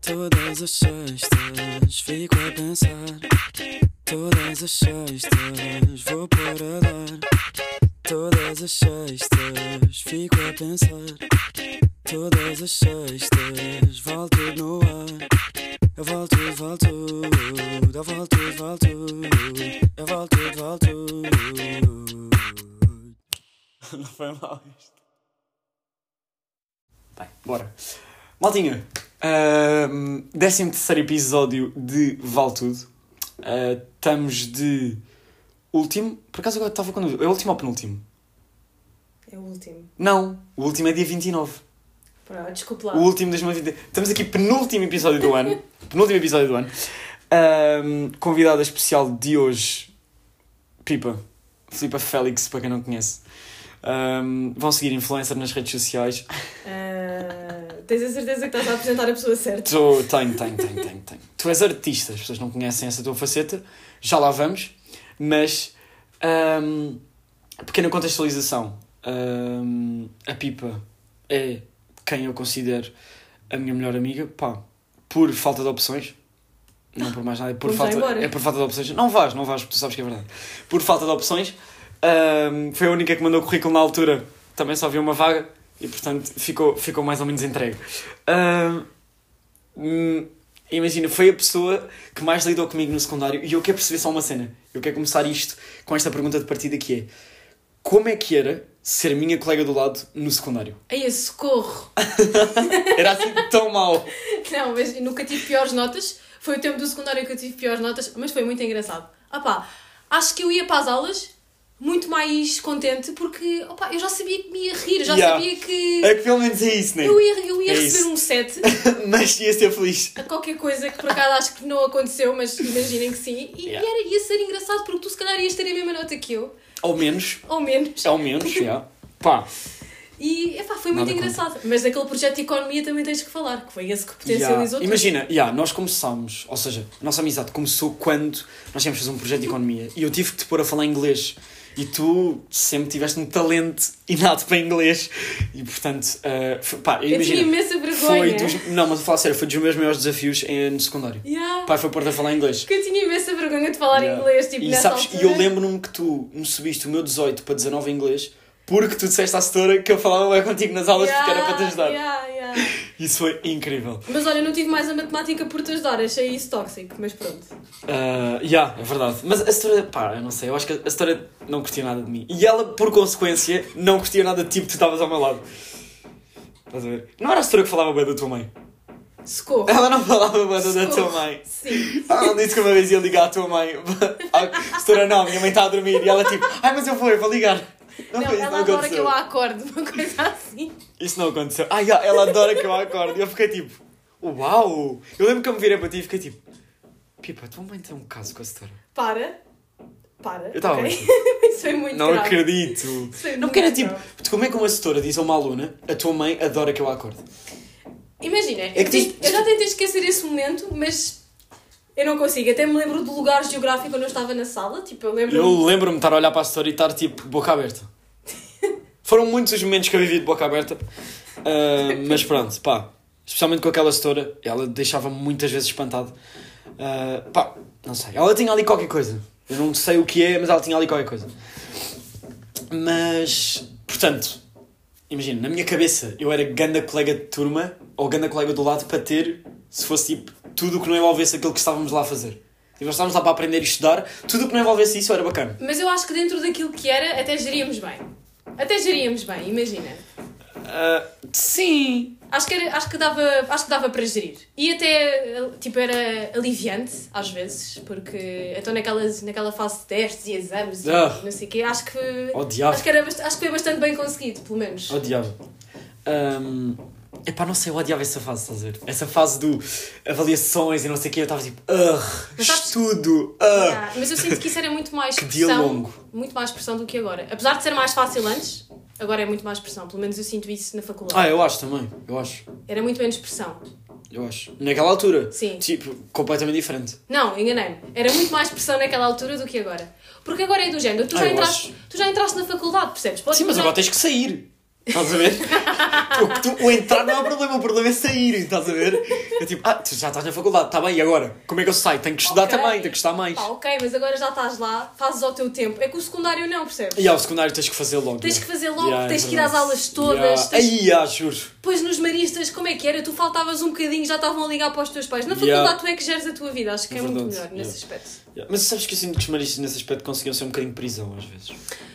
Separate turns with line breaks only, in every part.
Todas as sextas fico a pensar. Todas as sextas vou para dar. Todas as sextas fico a pensar. Todas as sextas vale tudo no ar. Eu vale tudo, vale tudo. Eu vale tudo, vale tudo. Eu vale tudo, vale tudo. Não foi mal isto.
Bem, bora. Maltinha, ahm, 13 terceiro episódio de Val Tudo. Ah, estamos de último. Por acaso agora estava com dúvida. É o último ou penúltimo?
É o último.
Não, o último é dia 29.
Pronto, desculpe lá.
O último de 2020. Estamos aqui penúltimo episódio do ano. penúltimo episódio do ano. Ahm, convidada especial de hoje, Pipa. Filipa Félix, para quem não conhece. Ahm, vão seguir influencer nas redes sociais.
Ah, tens a certeza que estás a apresentar a pessoa certa?
Tu, tenho, tenho, tenho, tenho, tenho. Tu és artista, as pessoas não conhecem essa tua faceta, já lá vamos, mas hum, pequena contextualização. Hum, a Pipa é quem eu considero a minha melhor amiga, pá, por falta de opções. Não por mais nada, é por,
Vamos já
falta,
embora.
é por falta de opções. Não vais, não vais, porque tu sabes que é verdade. Por falta de opções, hum, foi a única que mandou currículo na altura, também só havia uma vaga e portanto ficou, ficou mais ou menos entregue. Hum, Hum, imagina, foi a pessoa que mais lidou comigo no secundário e eu quero perceber só uma cena. Eu quero começar isto com esta pergunta de partida que é como é que era ser minha colega do lado no secundário?
Ai, socorro!
Era assim tão mal.
Não, mas nunca tive piores notas. Foi o tempo do secundário que eu tive piores notas, mas foi muito engraçado. Ah pá, acho que eu ia para as aulas muito mais contente porque opá, eu já sabia que me ia rir, eu já
Yeah.
sabia que
É que pelo menos é isso, né?
eu ia, eu ia
É
receber
isso.
um set
Mas ia ser feliz.
a qualquer coisa que por acaso acho que não aconteceu, mas imaginem que sim. E
Yeah.
era, ia ser engraçado porque tu se calhar ias ter a mesma nota que eu,
Ao menos. é
ou menos.
Ao menos, já. Pá.
E epá, foi muito
Nada
engraçado. Mas daquele projeto de economia também tens que falar, que foi esse que potencializou
Yeah. Imagina, yeah, nós começámos, ou seja, a nossa amizade começou quando nós tínhamos de fazer um projeto de economia e eu tive que te pôr a falar inglês e tu sempre tiveste um talento inato para inglês e portanto, eh, foi- pá,
tudo. Eu
imagina,
tinha imensa
foi
vergonha.
dos, não, mas vou falar sério, foi dos meus maiores desafios em, no secundário.
Yeah.
Pá, foi pôr-te a falar inglês.
Porque eu tinha imensa vergonha de falar
Yeah.
inglês, tipo,
e
nessa
sabes, e
altura.
eu lembro-me que tu me subiste o meu 18 para 19 em inglês porque tu disseste à setora que eu falava bem contigo nas aulas porque era para te ajudar.
yeah, yeah.
Isso foi incrível.
Mas olha, eu não tive mais a matemática por te ajudar, achei isso tóxico, mas pronto.
Ah, yeah, é verdade. Mas a Setora, pá, eu não sei, eu acho que a Setora não curtia nada de mim. E ela, por consequência, não curtia nada de ti porque tu estavas ao meu lado. Estás a ver? Não era a Setora que falava bem da tua mãe.
Socorro.
Ela não falava é bem da tua
Socorro.
mãe.
Sim.
Ela disse que uma vez ia ligar à tua mãe. A Setora, não, minha mãe está a dormir. E ela, tipo, ai, mas eu vou, eu vou ligar.
Não,
foi isso,
ela adora que eu a acorde, uma coisa assim.
Isso não aconteceu. Ah, yeah, ela adora que eu a acorde. E eu fiquei tipo, uau! Eu lembro que eu me virei para ti e fiquei tipo, Pipa, a tua mãe tem um caso com a Setora.
Para. Para.
Eu estava
ok?
bem.
Isso foi muito
Não
grave.
acredito.
Isso foi
Não,
muito
porque era tipo,
grave.
tu- como é que uma setora diz a uma aluna, a tua mãe adora que eu a acorde?
Imagina,
É que
eu, tento-
tens-
eu já tentei esquecer esse momento, mas eu não consigo. Até me lembro do lugar geográfico onde eu estava na sala. Tipo, eu lembro.
Eu lembro-me de estar a olhar para a setora e estar tipo, boca aberta. Foram muitos os momentos que eu vivi de boca aberta, Ah, mas pronto, pá. Especialmente com aquela setora, ela deixava-me muitas vezes espantado. Ah, pá, não sei, ela tinha ali qualquer coisa. Eu não sei o que é, mas ela tinha ali qualquer coisa. Mas, portanto, imagina, na minha cabeça eu era ganda colega de turma ou ganda colega do lado para ter, se fosse tipo, tudo o que não envolvesse aquilo que estávamos lá a fazer. Tipo, nós estávamos lá para aprender e estudar, tudo o que não envolvesse isso era bacana.
Mas eu acho que dentro daquilo que era, até geríamos bem. Até geríamos bem, imagina.
Ah, sim!
Acho que, era- acho, que dava, acho que dava para gerir. E até, tipo, era aliviante, às vezes, porque eu estou naquelas, naquela fase de testes e exames e
Ah.
não sei o quê. Acho que,
Odiava,
acho, que é- era, bast- acho que foi bastante bem conseguido, pelo menos.
odiava. Ahm, epá, não sei, eu odiava essa fase, estás a ver? Essa fase do avaliações e não sei o quê, eu estava tipo, ah,
Mas sabes-
estudo, ah.
Yeah, mas eu sinto que isso era muito mais
Que dia
pressão.
longo.
Muito mais pressão do que agora. Apesar de ser mais fácil antes, agora é muito mais pressão. Pelo menos eu sinto isso na faculdade.
Ah, eu acho também, eu acho,
Era muito menos pressão.
eu acho. Naquela altura,
Sim.
tipo, completamente diferente.
Não, enganei-me. Era muito mais pressão naquela altura do que agora. Porque agora é do género. Tu,
Ah,
já
eu
entraste, tu já entraste na faculdade, percebes? Podes
Sim, mas
mudar-
agora tens que sair. Estás a ver? o, que tu- o entrar não é o problema, o problema é sair, estás a ver? É tipo, ah, tu já estás na faculdade, está bem, e agora? Como é que eu saio? Tenho que estudar
Ok.
também, tenho que estudar mais.
Pá, ok, mas agora já estás lá, fazes ao teu tempo. É que o secundário não, percebes?
E ao secundário tens que fazer logo.
Tens
né?
que fazer logo,
Yeah, é
tens que ir às
verdade.
aulas todas,
Yeah.
tens-
Aí, ah, juro.
Pois nos maristas, como é que era? Tu faltavas um bocadinho, já estavam a ligar para os teus pais. Na
Yeah.
faculdade tu é que geres a tua vida, acho que é,
É
muito melhor
verdade,
nesse aspecto.
Yeah. Mas sabes que eu sinto que os maristas nesse aspecto conseguiam ser um bocadinho prisão às vezes.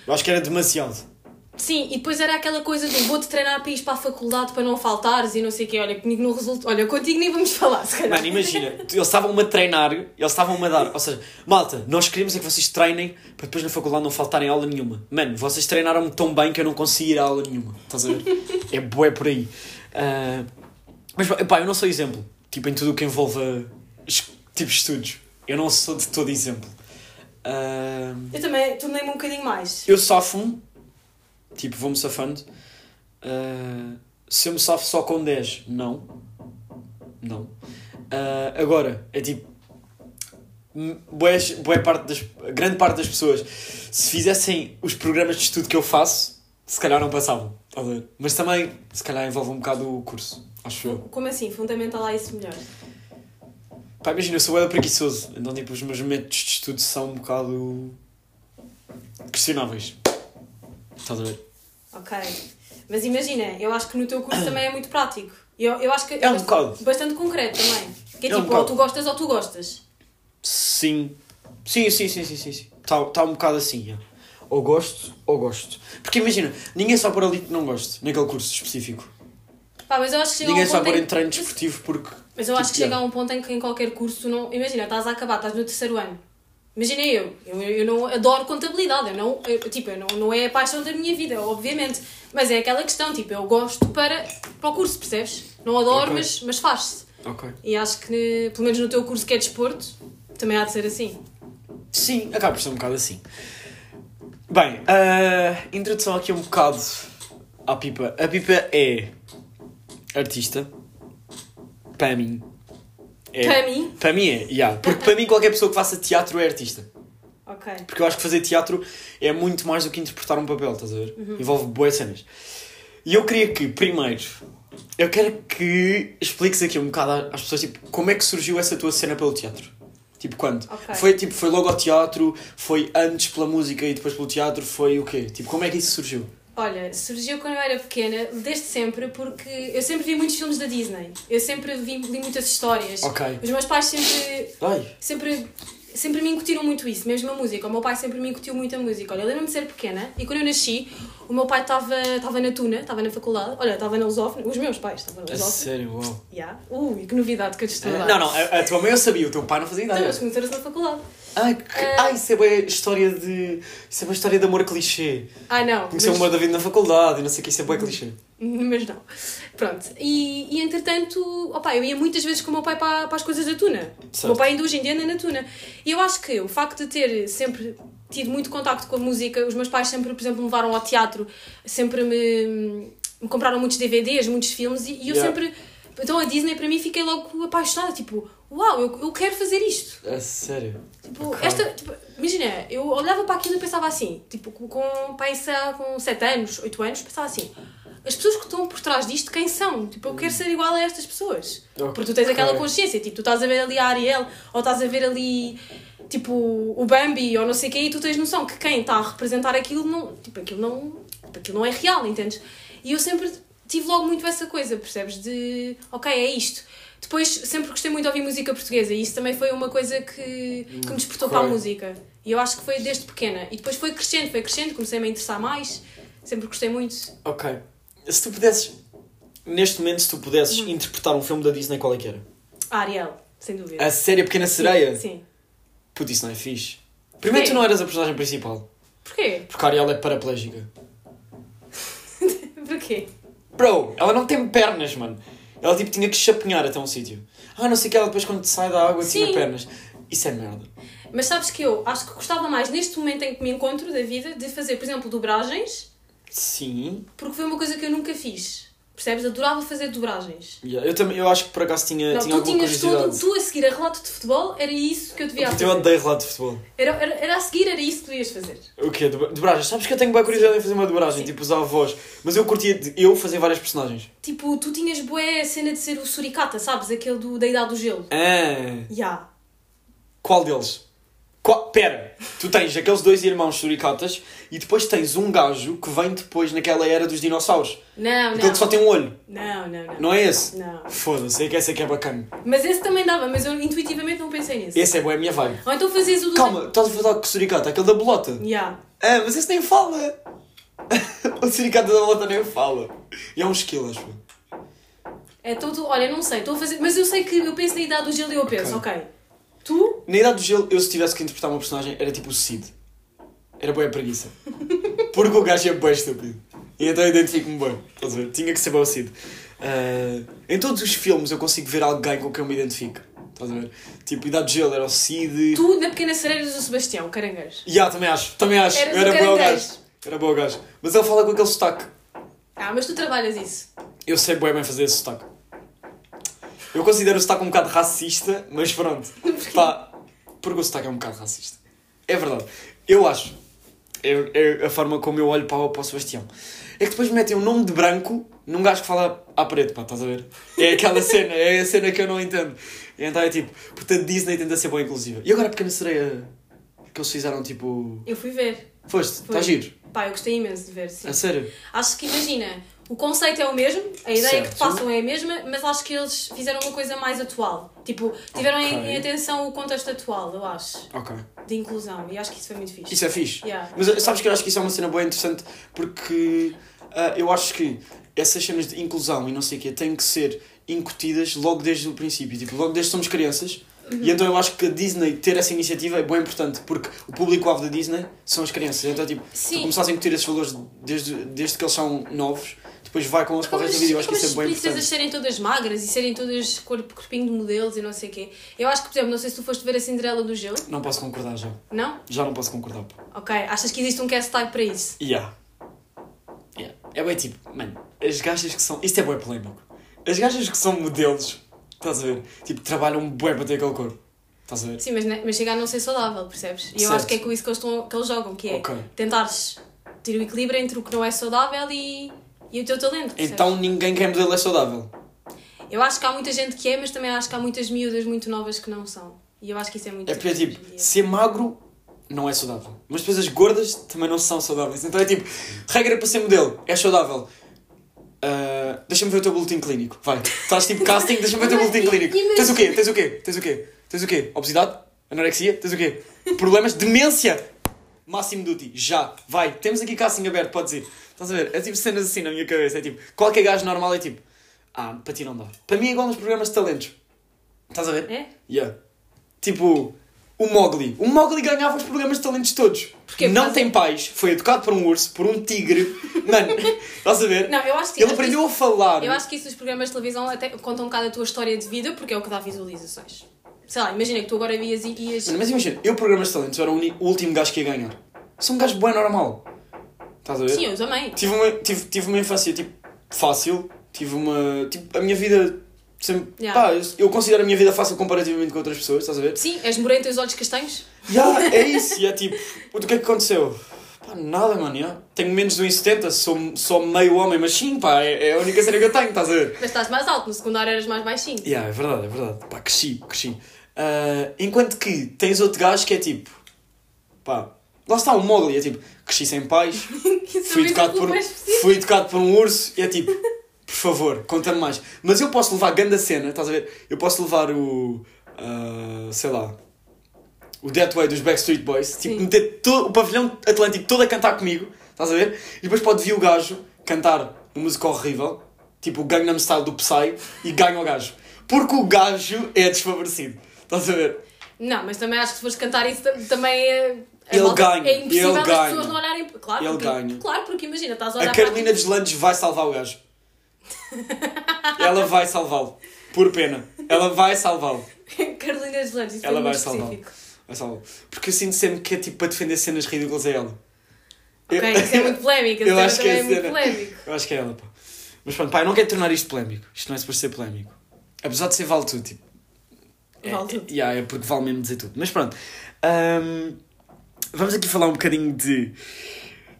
Eu acho que era demasiado.
Sim, e depois era aquela coisa do vou-te treinar para ir para a faculdade para não faltares e não sei o quê. Olha, comigo não resulta. Olha, contigo nem vamos falar, se calhar.
Mano, imagina, tu- eles estavam-me a treinar, eles estavam-me a dar. Ou seja, malta, nós queremos é que vocês treinem para depois na faculdade não faltarem aula nenhuma. Mano, vocês treinaram-me tão bem que eu não consegui ir a aula nenhuma. Estás a ver? é bué por aí. Ah, mas pá, eu não sou exemplo. Tipo, em tudo o que envolva es- tipo estudos. Eu não sou de todo exemplo. Ah,
Eu também tornei-me um bocadinho mais.
eu safo-me, tipo, vou-me safando. Ah, se eu me safo só com 10, não. Não. Ah, agora, é tipo. hum, Boas, boa parte das, grande parte das pessoas, se fizessem os programas de estudo que eu faço, se calhar não passavam. estás a ver? Mas também, se calhar, envolve um bocado o curso. Acho eu.
Como assim? Fundamental lá isso melhor.
Pá, imagina, eu sou bué preguiçoso. Então, tipo, os meus métodos de estudo são um bocado. questionáveis. Estás a ver?
Ok. Mas imagina, eu acho que no teu curso também é muito prático. Eu, eu acho que
É um
bast-
bocado.
bastante concreto também. Que é,
É um
tipo, ou
bocado.
tu gostas ou tu gostas.
Sim. Sim, sim, sim, sim, sim. Está tá um bocado assim, é. Ou gosto, ou gosto. Porque imagina, ninguém só por ali que não gosto, naquele curso específico.
Pá, mas eu acho que chega
ninguém
a um
só
ponto
por
em-
em treino desportivo porque...
Mas eu acho que
tipo,
chega a um ponto em que em qualquer curso tu não. Imagina, estás a acabar, estás no terceiro ano. Imagina eu, eu, eu não adoro contabilidade, eu não, eu- tipo, eu não, não é a paixão da minha vida, obviamente. Mas é aquela questão, tipo, eu gosto para, para o curso, percebes? Não adoro,
Ok.
mas, mas faz-se.
é. Ok.
E acho que, pelo menos no teu curso que é desporto, também há de ser assim.
Sim, acaba por ser um bocado assim. Bem, ah, introdução aqui um bocado à Pipa. A Pipa é artista. Para mim. É.
Para mim?
Para mim é, yeah. Porque para mim qualquer pessoa que faça teatro é artista.
Ok.
Porque eu acho que fazer teatro é muito mais do que interpretar um papel, estás a ver?
Uhum.
Envolve boas cenas. E eu queria que, primeiro, eu quero que expliques aqui um bocado às pessoas, tipo, como é que surgiu essa tua cena pelo teatro? Tipo, quando?
Ok.
Foi, tipo, foi logo ao teatro? Foi antes pela música e depois pelo teatro? Foi o quê? Tipo, como é que isso surgiu?
Olha, surgiu quando eu era pequena, desde sempre, porque eu sempre vi muitos filmes da Disney. Eu sempre vi, li muitas histórias.
Ok.
Os meus pais sempre
Ai,
sempre, sempre me incutiram muito isso, mesmo a música. O meu pai sempre me incutiu muito a música. Olha, eu lembro-me de ser pequena e quando eu nasci, o meu pai estava estava na tuna, estava na faculdade, olha, estava na lusófona, os meus pais estavam na
a
lusófona.
é sério, uau.
Yeah. Ui, que novidade que eu te estou a dar.
É. Não, não, a, a tua mãe eu sabia, o teu pai não fazia
Então, Ah.
nada.
eles conheceram-se na faculdade.
Ai, que- ai, isso é uma história de. Isso é uma história de amor clichê.
Ah, não.
Conheceu
mas-
o meu David na um faculdade e não sei o que, isso é bem clichê.
Uhum, Mas não. Pronto. E, e entretanto, opá, eu ia muitas vezes com o meu pai para, para as coisas da tuna.
Certo.
O meu pai ainda hoje em dia anda na tuna. E eu acho que o facto de ter sempre tido muito contacto com a música, os meus pais sempre, por exemplo, me levaram ao teatro, sempre me, me compraram muitos DVDs, muitos filmes e, e eu
Yeah.
sempre. Então a Disney para mim fiquei logo apaixonada, tipo, uau, eu, eu quero fazer isto.
A sério?
Tipo,
Ok.
esta, tipo, imagina, eu olhava para aquilo e pensava assim, tipo, com, com, pai, sei lá, com 7 anos, 8 anos, pensava assim, as pessoas que estão por trás disto, quem são? Tipo, eu quero ser igual a estas pessoas.
Ok.
Porque tu tens aquela consciência, tipo, tu estás a ver ali a Ariel, ou estás a ver ali, tipo, o Bambi, ou não sei o quê, e tu tens noção que quem está a representar aquilo, não, tipo, aquilo não, tipo, aquilo não é real, entendes? E eu sempre tive logo muito essa coisa, percebes? De, ok, é isto. Depois, sempre gostei muito de ouvir música portuguesa, e isso também foi uma coisa que, que me despertou para a
Ok.
música. E eu acho que foi desde pequena. E depois foi crescendo, foi crescendo, comecei-me a interessar mais, sempre gostei muito.
Ok. Se tu pudesses, neste momento, se tu pudesses
Hum.
interpretar um filme da Disney, qual é que era?
A Ariel, sem dúvida.
A série Pequena Sereia?
Sim.
Puto, isso não é fixe. Primeiro, tu não eras a personagem principal,
Porquê?
porque a Ariel é paraplégica.
Porquê?
Bro, ela não tem pernas, mano. Ela tipo tinha que chapinhar até um sítio. Ah, não sei que ela depois quando sai da água tinha
Sim.
pernas. Isso é merda.
Mas sabes que eu acho que gostava mais neste momento em que me encontro da vida de fazer, por exemplo, dobragens,
Sim.
porque foi uma coisa que eu nunca fiz. Percebes? Adorava fazer dobragens.
Yeah, Eu, também, eu acho que por acaso tinha,
Não,
tinha
tu
alguma
tinhas tudo,
curiosidade.
tu a seguir a relato de futebol, era isso que eu devia
Porque
fazer.
eu odeio relato de futebol.
Era, era, era a seguir, era isso que tu ias fazer.
O quê? Dobra- Dobragens? Sabes que eu tenho boa curiosidade em fazer uma dobragem,
Sim.
tipo usar a voz. Mas eu curtia de eu fazer várias personagens.
Tipo, tu tinhas boé a cena de ser o suricata, sabes? Aquele do, da idade do gelo.
Ah,
Já.
qual deles? Qual? Pera, tu tens aqueles dois irmãos suricatas e depois tens um gajo que vem depois naquela era dos dinossauros.
Ah, Não,
Aquele
não.
que só tem um olho.
Não, não, não.
Não é esse?
Não.
Foda-se, é que essa é que é bacana.
Mas esse também dava, mas eu intuitivamente não pensei nisso.
Esse é boa, é a minha vibe.
Ou então fazias o do.
Calma, estás a falar com o suricata, aquele da bolota.
Yeah.
Ah, mas esse nem fala. o suricata da bolota nem fala. E é um esquilo, acho. eu.
É, então tu, olha, não sei, estou a fazer. Mas eu sei que eu penso na idade do gelo e eu penso, ok.
Ok.
Tu?
Na Idade do Gelo, eu se tivesse que interpretar uma personagem, era tipo o Cid. Era boa preguiça. Porque o gajo é bem estúpido. E então eu identifico-me bem. Estás a ver? Tinha que ser bem o Cid. Ah, em todos os filmes eu consigo ver alguém com quem eu me identifico. Estás a ver? Tipo, Idade do Gelo era o Cid.
Tu na pequena sereia do Sebastião, caranguejo.
Ya, também acho, também acho.
Eras
Eu era
o
boa
caranguejo.
gajo. Era boa gajo. Mas ele fala com aquele sotaque.
Ah, mas tu trabalhas isso.
Eu sei bem bem fazer esse sotaque. Eu considero o sotaque um bocado racista, mas pronto. Pá, porque o sotaque é um bocado racista. É verdade. Eu acho. É, é a forma como eu olho para, o- para o Sebastião. É que depois metem o nome de branco num gajo que fala à parede, pá, estás a ver? É aquela cena, é a cena que eu não entendo. E então é tipo, portanto Disney tenta ser boa inclusiva. E agora a pequena sereia que eles fizeram tipo.
Eu fui ver.
Foste,
Foi.
está Tá giro.
Pá, eu gostei imenso de ver, sim.
A sério.
Acho que imagina, o conceito é o mesmo, a ideia que
Certo.
te passam é a mesma, mas acho que eles fizeram uma coisa mais atual. Tipo, tiveram em-
Ok.
em atenção o contexto atual, eu acho,
Ok.
de inclusão. E acho que isso foi muito fixe.
Isso é fixe.
Yeah.
Mas sabes que eu acho que isso é uma cena boa interessante porque ah, eu acho que essas cenas de inclusão e não sei o quê têm que ser incutidas logo desde o princípio, tipo, logo desde que somos crianças.
Uhum.
E então eu acho que a Disney ter essa iniciativa é bem importante porque o público-alvo da Disney são as crianças. Então, tipo, se
Sim.
tu começares a incutir esses valores desde, desde que eles são novos, depois vai com eles para o resto da vida. Eu acho que
como
isso é
as
bem
princesas
importante.
serem todas magras e serem todas corpo, corpinho de modelos e não sei o quê. Eu acho que, por exemplo, não sei se tu foste ver a Cinderela do Gelo.
Não posso concordar já.
Não?
Já não posso concordar. pá.
Ok. Achas que existe um cast type para isso?
Yeah. Yeah. É bem tipo, mano, as gajas que são. Isto é bué polémico. As gajas que são modelos, estás a ver? Tipo, trabalham bué para ter aquele corpo. Estás a ver?
Sim, mas, ne- mas chega a não ser saudável, percebes? E eu
Certo.
acho que é com isso que eles, estão, que eles jogam, que é
Ok.
tentares ter o equilíbrio entre o que não é saudável e, e o teu talento. percebes?
Então ninguém que é modelo é saudável.
Eu acho que há muita gente que é, mas também acho que há muitas miúdas muito novas que não são. E eu acho que isso é muito
É porque é
triste hoje
tipo,
em dia.
ser magro não é saudável. Mas depois as gordas também não são saudáveis. Então é tipo, regra para ser modelo, é saudável. Ah, deixa-me ver o teu boletim clínico. Vai. Estás tipo casting, deixa-me ver o teu boletim clínico.
Imagina.
Tens o quê? Tens o quê? Tens o quê? Tens o quê? Obesidade? Anorexia? Tens o quê? Problemas? Demência? Máximo duty, já, vai, temos aqui casting aberto, podes ir. Estás a ver? É tipo cenas assim na minha cabeça. É tipo, qualquer gajo normal é tipo, ah, para ti não dá. Para mim é igual nos programas de talentos. Estás a ver?
É?
Yeah. Tipo, o Mowgli. O Mowgli ganhava os programas de talentos todos.
Porquê?
não
Por causa-
tem pais, foi educado por um urso, por um tigre. Mano, estás a ver?
Não, eu acho que sim,
Ele
acho que
aprendeu a falar.
Eu acho que isso nos programas de televisão até conta um bocado a tua história de vida, porque é o que dá visualizações. Sei lá, imagina que tu agora vias e ias.
Mano, mas é imagina, eu programas de talentos era o, uni- o último gajo que ia ganhar. Sou um gajo bem normal. Estás a ver?
Sim, eu também.
Tive uma, tive, tive uma infância, tipo, fácil. Tive uma... Tipo, a minha vida... Sempre,
Yeah.
pá, eu, eu considero a minha vida fácil comparativamente com outras pessoas, estás a ver?
Sim, és morena, tens os olhos castanhos.
Ya, é isso, e é tipo, o do que é que aconteceu? Pá, nada, mano, ya. Tenho menos de 1,70, sou, sou meio homem, mas sim, pá, é, é a única cena que eu tenho, estás a ver?
Mas estás mais alto, no secundário eras mais baixinho.
Ya, é verdade, é verdade. Pá, cresci, cresci. Ah, enquanto que tens outro gajo que é tipo, pá, lá está o Mowgli, é tipo, cresci sem pais,
Isso
fui
é
educado,
o
por, um-
mais específico.
fui educado por um urso e é tipo, por favor, conta-me mais. Mas eu posso levar ganda cena, estás a ver? Eu posso levar o. ah, sei lá. O Death Way dos Backstreet Boys, tipo,
Sim.
meter todo, o pavilhão atlântico todo a cantar comigo, estás a ver? E depois pode vir o gajo cantar uma música horrível, tipo o Gangnam Style do Psy, e ganha o gajo. Porque o gajo é desfavorecido, estás a ver?
Não, mas também acho que se fores cantar isso tam- também é. é
Ele
malta-
ganha,
É impossível
ele
as
ganha.
pessoas não olharem. Claro,
Ele
porque,
ganha.
Claro, porque imagina, estás a
A
olhar
Carolina
para.
dos Landes vai salvar o gajo. Ela vai salvá-lo. Por pena. Ela vai salvá-lo.
Carolina. Carolina dos Landes, isso
Ela
foi
vai
muito
salvá-lo.
específico.
Vai salvá-lo. Porque eu sinto sempre que é tipo para defender cenas ridículas é ela.
Ok, isso é muito polémico.
Eu acho que é
é
a
muito
cena.
polémico.
Eu acho que é ela, pá. Mas pronto, pá, eu não quero tornar isto polémico. Isto não é suposto ser polémico. Apesar de ser vale tudo, tipo. É,
Vale
é-
tudo.
yeah, é porque vale mesmo dizer tudo. Mas pronto. Ahm, vamos aqui falar um bocadinho de.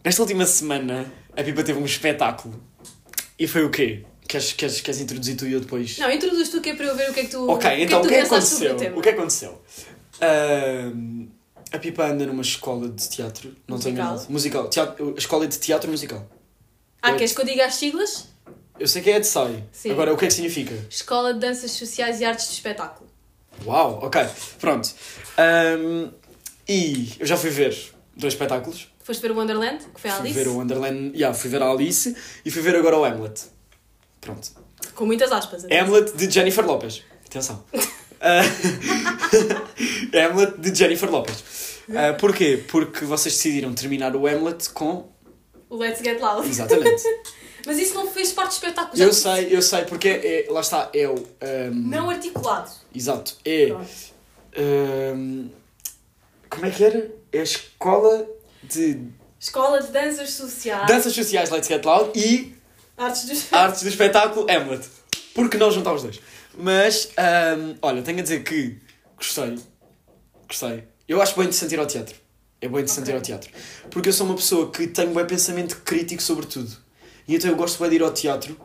Nesta última semana, a Pipa teve um espetáculo. E foi o quê? Queres, queres, queres introduzir tu e eu depois?
Não, introduz tu que é para eu ver o que é que tu.
Ok, então o que é que
pensaste sobre
aconteceu?
tema.
O que é que aconteceu? Ahm, a Pipa anda numa escola de teatro. Não tenho
Musical.
nada. Musical. Teatro, escola de teatro musical.
Ah, queres que eu diga as siglas?
Eu sei que é de sai.
Sim.
Agora, o que é que significa?
Escola de Danças Sociais e Artes de Espetáculo.
Uau, ok. Pronto. Ahm, e eu já fui ver dois espetáculos.
Foste ver o Wonderland, que foi a
Fui
Alice,
ver o Wonderland, yeah, fui ver a Alice e fui ver agora o Hamlet. Pronto.
com muitas aspas. atenção.
Hamlet de Jennifer Lopez. Atenção. Ah, Hamlet de Jennifer Lopez. Ah, porquê? Porque vocês decidiram terminar o Hamlet com.
O Let's Get Loud.
Exatamente.
Mas isso não fez parte do espetáculo. já
Eu
te disse.
sei, eu sei, porque é, é- lá está, é o. ahm,
Não articulado.
Exato. É.
Pronto.
ahm, como é que era? É a escola de
Escola de Danças Sociais.
Danças sociais, Let's Get Loud e
Artes do Espetáculo.
artes do espetáculo, Hamlet. Porque não juntar os dois? Mas, hum, olha, tenho a dizer que gostei. Gostei. Eu acho bem interessante ir ao teatro. É bem interessante
Ok.
ir ao teatro. Porque eu sou uma pessoa que tenho bem pensamento crítico sobre tudo. E então eu gosto bem de ir ao teatro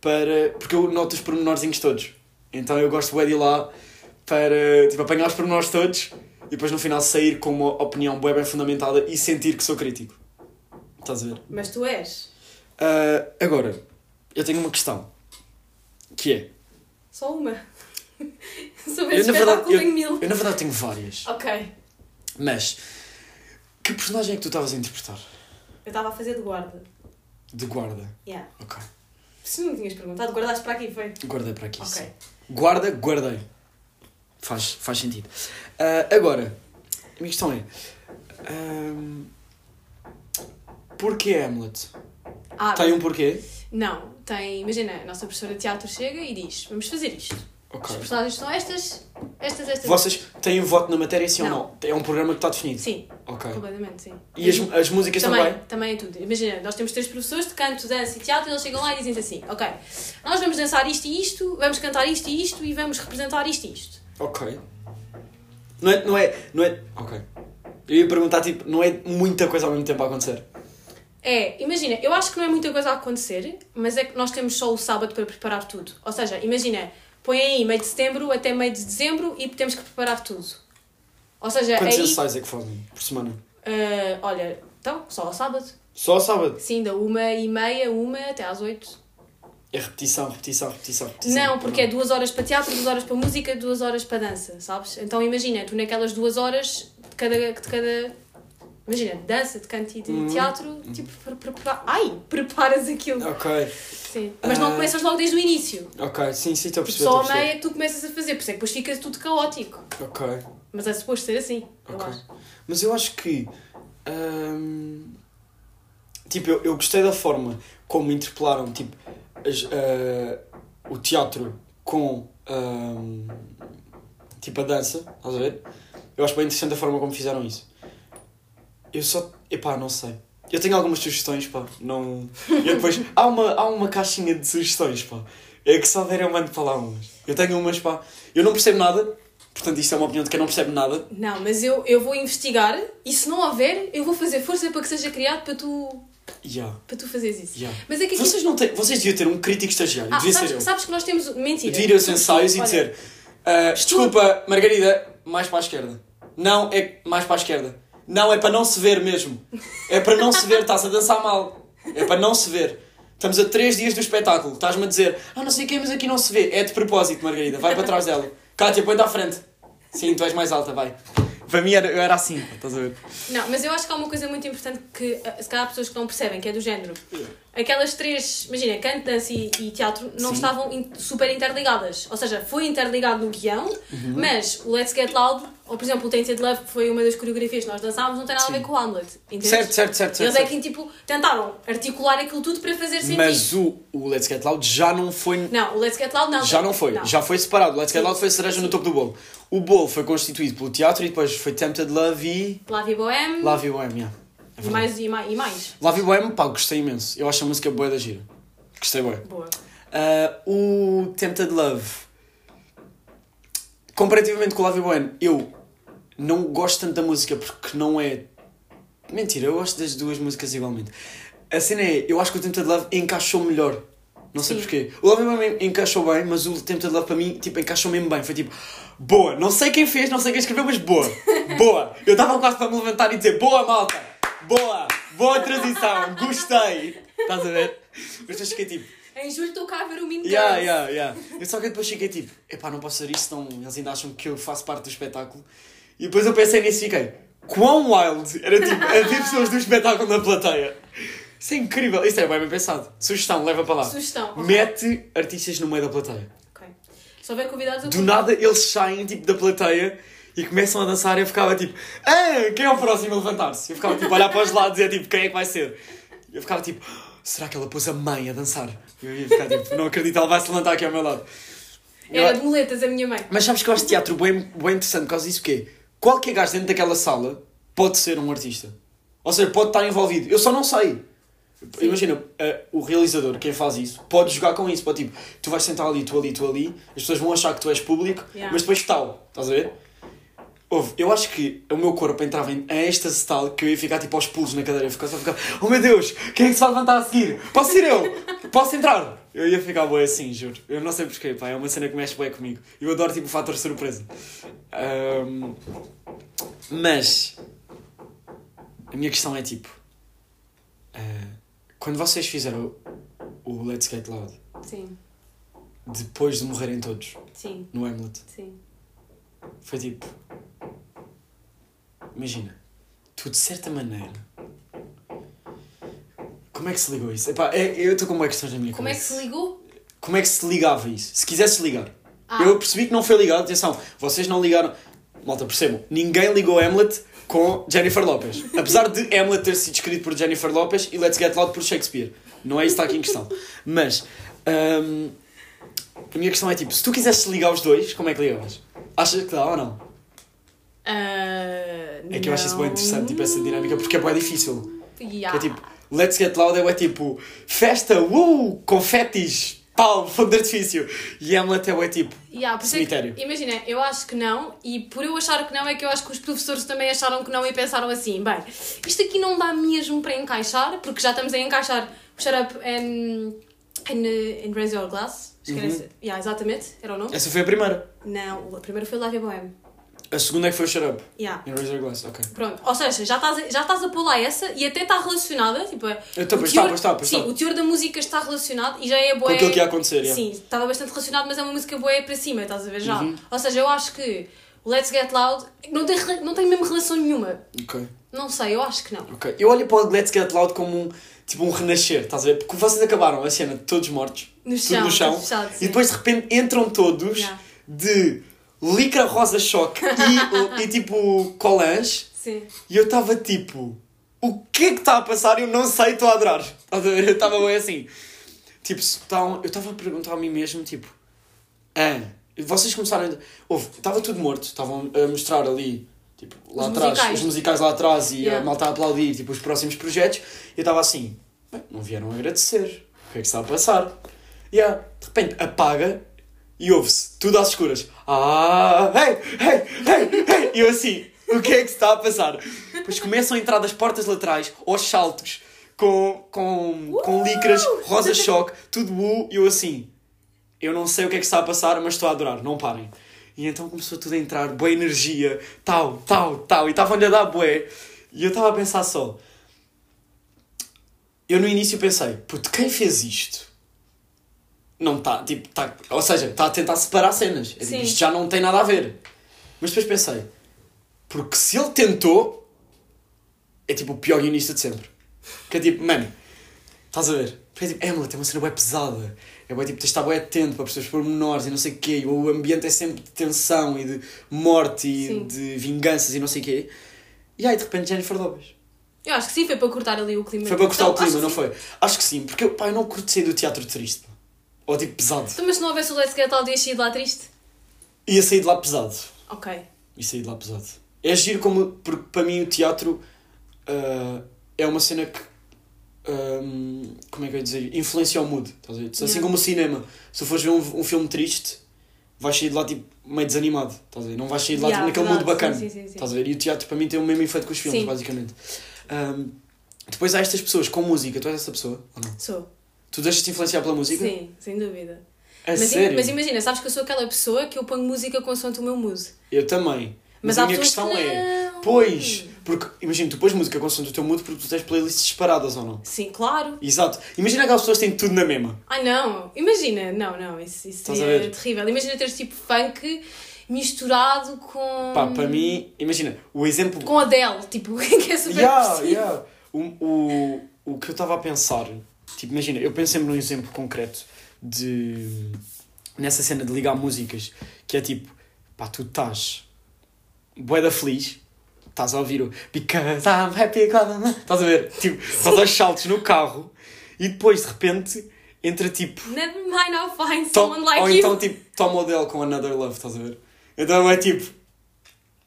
para. Porque eu noto os pormenorzinhos todos. Então eu gosto bem de ir lá para tipo, apanhar os pormenores todos e depois no final sair com uma opinião bué bem fundamentada e sentir que sou crítico. Estás a ver?
Mas tu és.
Ah, agora, eu tenho uma questão. Que é.
Só uma. Sobre esse
na
espetáculo
eu,
tenho mil.
eu na verdade tenho várias.
Ok.
Mas. Que personagem é que tu estavas a interpretar?
Eu estava a fazer de guarda.
De guarda.
Yeah.
Ok.
Se não me tinhas perguntado, guardaste para aqui, foi?
Guardei para aqui.
Ok.
sim. Guarda, guardei. Faz, faz sentido. Ah, agora, a minha questão é. ahm, porquê Hamlet?
Ah,
Tem um porquê?
não. Tem, imagina, a nossa professora de teatro chega e diz, vamos fazer isto. As
Ok.
personagens são estas, estas, estas.
Vocês têm voto na matéria, sim ou
Não.
não? É um programa que está definido.
Sim,
Ok.
completamente, sim.
E as, as músicas também?
Também, também é tudo. Imagina, nós temos três professores de canto, dança e teatro e eles chegam lá e dizem assim, ok, nós vamos dançar isto e isto, vamos cantar isto e isto e vamos representar isto e isto.
Ok. Não é, não é, não é. Ok. Eu ia perguntar, tipo, não é muita coisa ao mesmo tempo a acontecer.
É, imagina, eu acho que não é muita coisa a acontecer, mas é que nós temos só o sábado para preparar tudo. Ou seja, imagina, põe aí meio de setembro até meio de dezembro e temos que preparar tudo. Ou seja,
Quantos
aí.
ensaios é que fazem por semana?
ah, olha, então, só ao sábado.
Só ao sábado?
Sim, da uma e meia, uma até às oito.
É repetição, repetição, repetição, repetição.
Não, porque é duas horas para teatro, duas horas para música, duas horas para dança, sabes? Então imagina, tu naquelas duas horas de cada. De cada imagina, de dança, de canto e de teatro, tipo, pre- prepara- ai, preparas aquilo.
Ok,
Sim. Mas não
Ah.
começas logo desde o início.
ok, sim, sim, estou a
Tipo,
perceber.
só
estou
a
a
meia que tu começas a fazer, por isso é que depois fica tudo caótico.
perceber. Ok.
Mas é suposto ser assim, eu
Ok.
acho.
Mas eu acho que. hum, tipo, eu, eu gostei da forma como interpelaram tipo, as- ah, o teatro com. hum, tipo, a dança, estás a ver? Eu acho bem interessante a forma como fizeram isso. Eu só. Epá, não sei. Eu tenho algumas sugestões, pá. Não. Eu depois. há, uma, há uma caixinha de sugestões, pá. É que se houver eu mando para lá umas. Eu tenho umas, pá. Eu não percebo nada. Portanto, isto é uma opinião de quem não percebe nada.
Não, mas eu, eu vou investigar e se não houver, eu vou fazer força para que seja criado para tu,
Yeah,
para tu fazeres isso.
yeah.
Mas é que aqui.
Vocês, não têm, vocês deviam ter um crítico estagiário,
Ah,
devia
sabes,
ser eu.
sabes que nós temos. Mentira.
Devia ir aos ensaios e
Olha,
dizer: "Ah, Desculpa, Margarida, mais para a esquerda. Não é mais para a esquerda. Não, é para não se ver mesmo. É para não se ver, estás a dançar mal. É para não se ver. Estamos a três dias do espetáculo, estás-me a dizer: Ah, não sei quem, mas aqui não se vê. É de propósito, Margarida, vai para trás dela. Cátia, põe-te à frente. Sim, tu és mais alta, vai. Para mim era, eu era assim, estás a ver?
Não, mas eu acho que há uma coisa muito importante que ah, se calhar há pessoas que não percebem, que é do género. Aquelas três, imagina, canto, dança e, e teatro não
Sim.
estavam in- super interligadas. Ou seja, foi interligado no guião,
Uhum.
mas o Let's Get Loud, ou por exemplo o Tainted Love, que foi uma das coreografias que nós dançámos, não tem nada a
Sim.
ver com o Hamlet. Entendes?
Certo, certo, certo. certo,
Eles é
certo.
que tipo, tentaram articular aquilo tudo para fazer sentido.
Mas o, o Let's Get Loud já não foi
Não, o Let's Get Loud não.
Já não foi, já foi separado. Let's Get
Sim.
Loud foi a cereja no topo do bolo. O bolo foi constituído pelo teatro e depois foi Tempted Love e
Love Bohem,
Love You Am, yeah. É verdade.
mais e mais. E mais.
Love You Am, pá, gostei imenso. Eu acho a música boa da gira. Gostei bem.
Boa.
Ah, o Tempted Love. Comparativamente com o Love Bueno, eu não gosto tanto da música porque não é. Mentira, eu gosto das duas músicas igualmente. A cena é, eu acho que o Tempted Love encaixou melhor. Não sei
Sim.
porquê. O Love Bueno encaixou bem, mas o Tempted Love para mim tipo, encaixou mesmo bem. Foi tipo, boa. Não sei quem fez, não sei quem escreveu, mas boa. Boa. Eu estava quase para me levantar e dizer, boa malta. Boa. Boa transição. Gostei. Estás a ver? Mas depois fiquei tipo,
Em julho estou cá a ver o Mean Girls.
Yeah, yeah, yeah. Eu só que depois cheguei tipo, epá, não posso fazer isso, senão eles ainda acham que eu faço parte do espetáculo. E depois eu pensei nisso e fiquei, quão wild! Era tipo, havia pessoas do espetáculo na plateia. Isso é incrível, isso é bem bem pensado. Sugestão, leva para lá.
Sugestão, ok.
Mete artistas no meio da plateia.
Ok. Se houver convidados, eu
Do nada eles saem tipo da plateia e começam a dançar e eu ficava tipo, ah, quem é o próximo a levantar-se? Eu ficava tipo a olhar para os lados e é tipo, quem é que vai ser? Eu ficava tipo, será que ela pôs a mãe a dançar? Eu ia ficar tipo, não acredito, ela vai se levantar aqui ao meu lado.
Era de muletas a minha mãe.
Mas sabes que eu acho teatro bem, bem interessante por causa disso que é, qualquer gajo dentro daquela sala pode ser um artista. Ou seja, pode estar envolvido. Eu só não sei. Imagina, eh, o realizador, quem faz isso, pode jogar com isso. Pode tipo, tu vais sentar ali, tu ali, tu ali, as pessoas vão achar que tu és público,
Yeah.
mas depois tal. Estás a ver? Ouve, eu acho que o meu corpo entrava em a êxtase tal que eu ia ficar tipo aos pulos na cadeira. Eu ficava só a ficar, oh meu Deus, quem é que se vai levantar a seguir? Posso ser eu? Posso entrar? Eu ia ficar boa assim, juro. Eu não sei porquê, pá, é uma cena que mexe bem comigo. Eu adoro tipo o fator surpresa. Ahm, mas a minha questão é tipo: ah, quando vocês fizeram o Let's Get Loud,
Sim,
depois de morrerem todos
sim,
no Hamlet,
sim.
foi tipo. Imagina, tu de certa maneira. Como é que se ligou isso? Epá, é- eu estou com uma questão na minha
Como é que
cabeça.
se ligou?
Como é que se ligava isso? Se quisesse ligar.
Ah.
Eu percebi que não foi ligado, atenção, vocês não ligaram. Malta, percebam, ninguém ligou Hamlet com Jennifer Lopez. Apesar de Hamlet ter sido escrito por Jennifer Lopez e Let's Get Loud por Shakespeare. Não é isso que está aqui em questão. Mas, hum, a minha questão é tipo, se tu quisesse ligar os dois, como é que ligavas? Achas que dá ou não? É que eu acho isso bem interessante, tipo, essa dinâmica, porque é bem difícil.
Yeah.
É tipo, Let's Get Loud é bué tipo, festa, uh, confetis, pau, fogo de artifício. E Hamlet é bué tipo,
Yeah, por isso é
cemitério.
Que, imagina, eu acho que não, e por eu achar que não, é que eu acho que os professores também acharam que não e pensaram assim: bem, isto aqui não dá mesmo para encaixar, porque já estamos a encaixar o Shut Up and, and, and Raise Your Glass. Acho que era
Uhum.
esse- yeah, exatamente, era o nome?
Essa foi a primeira.
Não, a primeira foi é o Live Bohem.
A segunda é que foi o Shut Up.
Yeah.
Em Razor Glass, ok.
Pronto, ou seja, já estás, a- já estás a pôr lá essa e até está relacionada. Tipo,
Eu tô-
o
pois
teor-
tá, pois tá, pois
sim,
tá.
o teor da música está relacionado e já é boa.
Com aquilo que ia acontecer, yeah.
Sim, estava bastante relacionado, mas é uma música boa para cima, estás a ver já.
Uhum.
Ou seja, eu acho que o Let's Get Loud não tem, rela- não tem mesmo relação nenhuma.
Ok.
Não sei, eu acho que não.
Ok. Eu olho para o Let's Get Loud como um, tipo, um renascer, estás a ver? Porque vocês acabaram a cena de todos mortos,
No
tudo
chão,
no chão,
todos fechados,
e depois de repente entram todos
Yeah.
de licra rosa choque e, e tipo colange,
Sim.
e eu estava tipo, o que é que está a passar? Eu não sei, estou a adorar. Estás a ver? Eu estava bem assim. Tipo, se tão- eu estava a perguntar a mim mesmo, tipo, ah, vocês começaram. a- Houve, estava tudo morto, estavam a mostrar ali, tipo, lá
Os
atrás,
musicais.
os musicais lá atrás e
Yeah.
a malta a aplaudir, tipo, os próximos projetos. E eu estava assim, bem, não vieram agradecer, o que é que está a passar? E ah, de repente apaga e ouve-se, tudo às escuras, ah, ei, ei, ei, ei, e eu assim, o que é que está a passar? Depois começam a entrar das portas laterais aos saltos. Com, com, com licras, rosa-choque, tudo bu, e eu assim, eu não sei o que é que está a passar, mas estou a adorar, não parem. E então começou tudo a entrar, boa energia, tal, tal, tal, e estavam-lhe a dar bué. E eu estava a pensar só. Eu no início pensei, puto, quem fez isto? Não está, tipo, tá, ou seja, está a tentar separar cenas. Eu digo,
Sim.
isto já não tem nada a ver. Mas depois pensei, porque se ele tentou, é tipo o pior guionista de sempre. Que é tipo, mano, Estás a ver? Porque é tipo, Hamlet é uma cena bem pesada. É bem tipo, tens de estar bem atento para perceber os pormenores e não sei o quê. E o ambiente é sempre de tensão e de morte e
Sim.
de vinganças e não sei o quê. E aí, de repente, Jennifer Lopez.
Eu acho que sim, foi para cortar ali o clima.
Foi para cortar
Então,
o clima,
acho que
não
sim.
foi? Acho que sim, porque eu, pá, eu não curto sair do teatro triste. pá. Ou tipo, pesado.
Então, mas se não houvesse o Let's Get Loud, ias sair de lá triste?
Ia sair de lá pesado.
Ok.
E sair de lá pesado. É giro como. Porque para mim o teatro ah, é uma cena que hum, como é que eu ia dizer? Influencia o mood, estás a ver? Assim
Yeah.
como o cinema. Se tu fores ver um, um filme triste, vais sair de lá tipo meio desanimado, estás a ver? Não vais sair de lá
Yeah,
tipo, naquele
verdade.
mood bacana.
Sim, sim, sim, sim.
Estás a ver? E o teatro para mim tem o mesmo efeito que os filmes,
Sim.
basicamente. Hum, depois há estas pessoas com música, tu és essa pessoa? ou não?
Sou.
Tu deixas-te influenciar pela música?
Sim, sem dúvida.
A
Mas, im-
sério?
mas imagina, sabes que eu sou aquela pessoa que eu ponho música consoante o meu muse.
Eu também. Mas,
Mas há
a minha
pessoas
questão
que
é.
não.
Pois! Porque, imagina, tu pões música consoante o teu mood porque tu tens playlists separadas ou não?
Sim, claro.
Exato. Imagina aquelas pessoas que têm tudo na mesma.
Ai não, imagina, não, não, isso, isso
Estás a
é
ver?
terrível. Imagina teres tipo funk misturado com.
Pá, para mim, imagina, o exemplo.
Hum. Com Adele, tipo, que é super
Yeah,
depressivo.
yeah. O, o, o que eu estava a pensar, tipo, imagina, eu penso sempre num exemplo concreto de. nessa cena de ligar músicas, que é tipo, pá, tu estás. boeda feliz, estás a ouvir o Because I'm happy, God, estás a ver? Tipo, estás aos saltos no carro e depois de repente entra tipo.
Never mind, I'll find
Tom-
someone like
ou
you.
então tipo Tom Odell com Another Love, estás a ver? Então é tipo,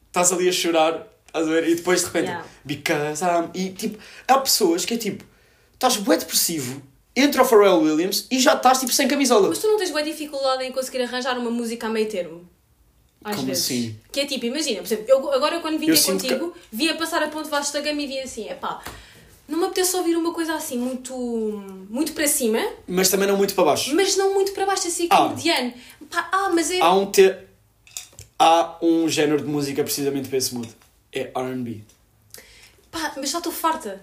estás ali a chorar, estás a ver? E depois de repente,
Yeah.
because I'm. E tipo, há pessoas que é tipo, estás bué depressivo, entra o Pharrell Williams e já estás tipo sem camisola.
Mas tu não tens boa dificuldade em conseguir arranjar uma música a meio termo? Às
Como
vezes.
assim?
Que é tipo, imagina, por exemplo, eu, agora eu quando vim
Eu
ter
sinto que-
contigo, vi a passar a ponto Vasco da Gama e vi assim, epá, não me apetece ouvir uma coisa assim muito, muito para cima,
Mas também não muito para baixo.
mas não muito para baixo, assim,
Ah.
comediano. Pá, ah, mas é...
Há um te... Há um género de música precisamente para esse mood. É RB.
Pá, mas já estou farta.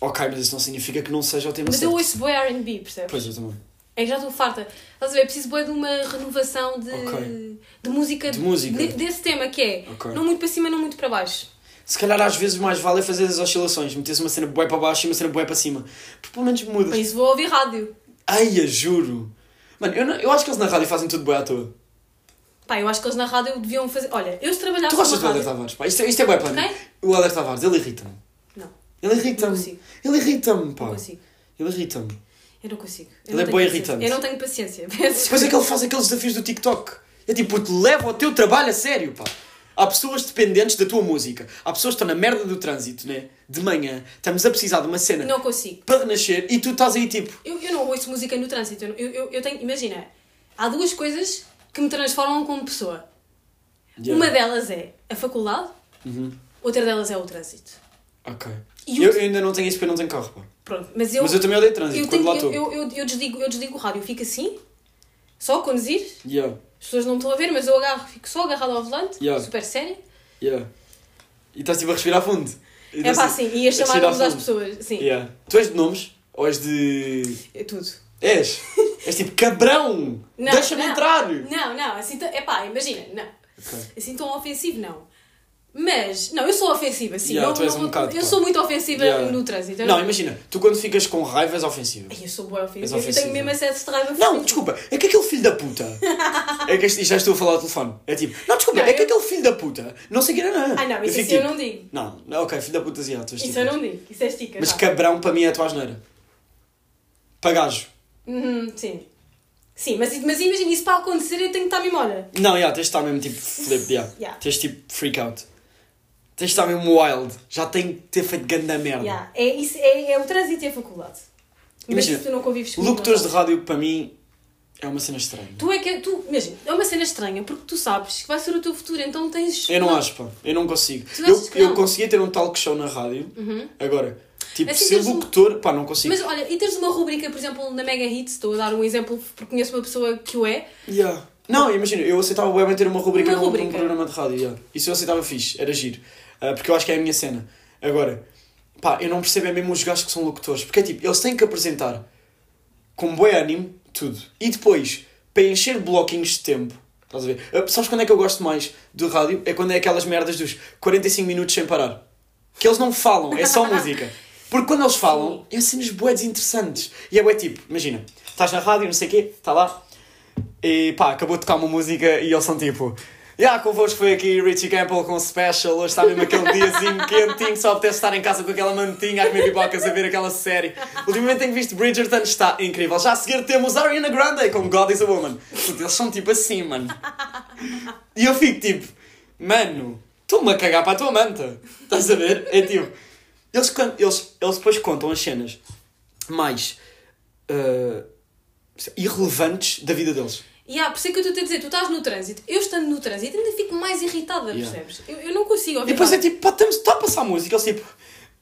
Ok, mas isso não significa que não seja o tema
Mas eu
certo.
ouço boi R&B, percebes?
Pois eu também.
É que já estou farta. Estás a ver? Preciso boi de uma renovação de,
Ok.
de música,
De música.
de- desse tema que é
Ok.
não muito para cima, não muito para baixo.
Se calhar às vezes mais vale é fazer as oscilações, meteres uma cena bué para baixo e uma cena bué para cima. Porque pelo menos mudas.
Para isso vou ouvir rádio.
Ai, eu juro. Mano, eu, não- eu acho que eles na rádio fazem tudo bué à toa.
Pá, eu acho que eles na rádio deviam fazer. Olha, eu se trabalhava
Tu gostas do
numa
Helder
rádio-
Tavares, pá? Isto, é- isto é bué para mim.
Quem?
O Helder Tavares, ele irrita-me.
Não,
Ele
não
irrita-me.
consigo.
Ele irrita-me, pá.
Não consigo.
Ele irrita-me.
Eu não consigo. Eu
Ah. Ele
não
é
tenho
bué
paciência.
irritante.
Eu não tenho paciência. Peço
Depois é que
desculpa.
ele faz aqueles desafios do TikTok. É tipo, te leva o teu trabalho a sério, pá. Há pessoas dependentes da tua música. Há pessoas que estão na merda do trânsito, né? De manhã, estamos a precisar de uma cena
Não consigo.
para renascer e tu estás aí tipo.
Eu, eu não ouço música no trânsito. Eu, não- eu, eu, eu tenho. Imagina, há duas coisas que me transformam como pessoa. Uma delas é a faculdade,
Uhum.
outra delas é o trânsito.
Ok.
E o-
Eu, eu ainda não tenho isso porque eu não tenho carro, pá.
Pronto, mas eu.
Mas eu também odeio trânsito,
eu,
quando
tenho-
lá
eu-
estou.
eu- eu- eu desligo, eu desligo o rádio, eu fico assim, só a conduzir.
Yeah,
As pessoas não me estão a ver, mas eu agarro, fico só agarrado ao volante,
Yeah.
super sério.
yeah. E estás tipo a respirar fundo. E
É
estás,
pá, assim, e a chamar
respirar
nomes às
fundo.
pessoas. Sim,
Yeah. Tu és de nomes? Ou és de.
é tudo.
És? és tipo cabrão!
Não,
Deixa-me
não.
entrar!
Não, não, assim, é pá, imagina, não.
Ok.
Assim tão ofensivo, não. Mas, não, eu sou ofensiva, sim.
Yeah,
não,
tu és
não-
um bocado,
eu
pá.
sou muito ofensiva
Yeah.
no trânsito. eu
Não, imagina, tu quando ficas com raiva és ofensiva.
Então- Ai, eu sou boa ofensiva.
És
Eu tenho
ofensiva.
mesmo acesso de raiva.
Não, desculpa, é que aquele filho da puta. É que este, e já estou a falar ao telefone. É tipo, não, desculpa,
Não,
é que
eu-
aquele filho da puta. Não sei que era nada.
Ai, não, isso
fico tipo,
assim eu não digo.
Não, não, ok, filho da puta, sim, ah, tu és
Isso
tipo-
eu não digo, isso é estica.
Mas
vá.
cabrão para mim é a tua asneira. Para gajo.
Uhum, sim. Sim, mas, mas imagina, isso para acontecer eu tenho que estar mesmo, olha.
Não, yeah, tens de estar mesmo tipo flip, yeah.
Yeah.
Tens tipo freak out. Tens de estar mesmo wild. Já tem que ter feito ganda merda.
Yeah, é, isso, é, é o trânsito e a faculdade.
Imagina,
mas tu não convives comigo,
Locutores de
não sabes.
rádio para mim é uma cena estranha.
Tu é que tu, imagina, é uma cena estranha porque tu sabes que vai ser o teu futuro, então tens.
Eu não, acho, pá. Eu não consigo.
Tu
Eu,
achas que não?
eu conseguia ter um talk show na rádio. Agora, tipo,
Assim
ser
tens um-
locutor, pá, não consigo.
Mas olha, e teres uma rubrica, por exemplo, na Mega Hits, estou a dar um exemplo porque conheço uma pessoa que o é,
Yeah. Não, imagina, eu aceitava bem ter uma rubrica
Uma
num, num
rubrica.
programa de rádio. Yeah. Isso eu aceitava fixe, era giro. Ah, porque eu acho que é a minha cena. Agora, pá, eu não percebo é mesmo os gajos que são locutores. Porque é tipo, eles têm que apresentar com bom ânimo tudo. E depois, para encher bloquinhos de tempo. Estás a ver? Ah, sabes quando é que eu gosto mais do rádio? É quando é aquelas merdas dos 45 minutos sem parar. Que eles não falam, é só música. Porque quando eles falam, é cenas bué interessantes. E é bué tipo, imagina, estás na rádio, não sei o quê, está lá, e pá, acabou de tocar uma música e eles são tipo. Ya, yeah, convosco foi aqui Richie Campbell com um Special. Hoje está mesmo aquele diazinho quentinho, só apetece estar em casa com aquela mantinha a comer pipocas a ver aquela série. Ultimamente tenho visto Bridgerton, está incrível. Já a seguir temos Ariana Grande com God is a Woman. Puto, eles são tipo assim, mano. E eu fico tipo, mano, estou-me a cagar para a tua manta. Estás a ver? É tipo, eles, can- eles, eles depois contam as cenas mais ah, irrelevantes da vida deles.
E há, por isso é que eu estou a dizer, tu estás no trânsito, eu estando no trânsito ainda fico mais irritada,
Yeah.
percebes? Eu, eu não consigo
E
ouvir.
depois é
nada.
tipo, pá, estamos, está a passar música, eles tipo.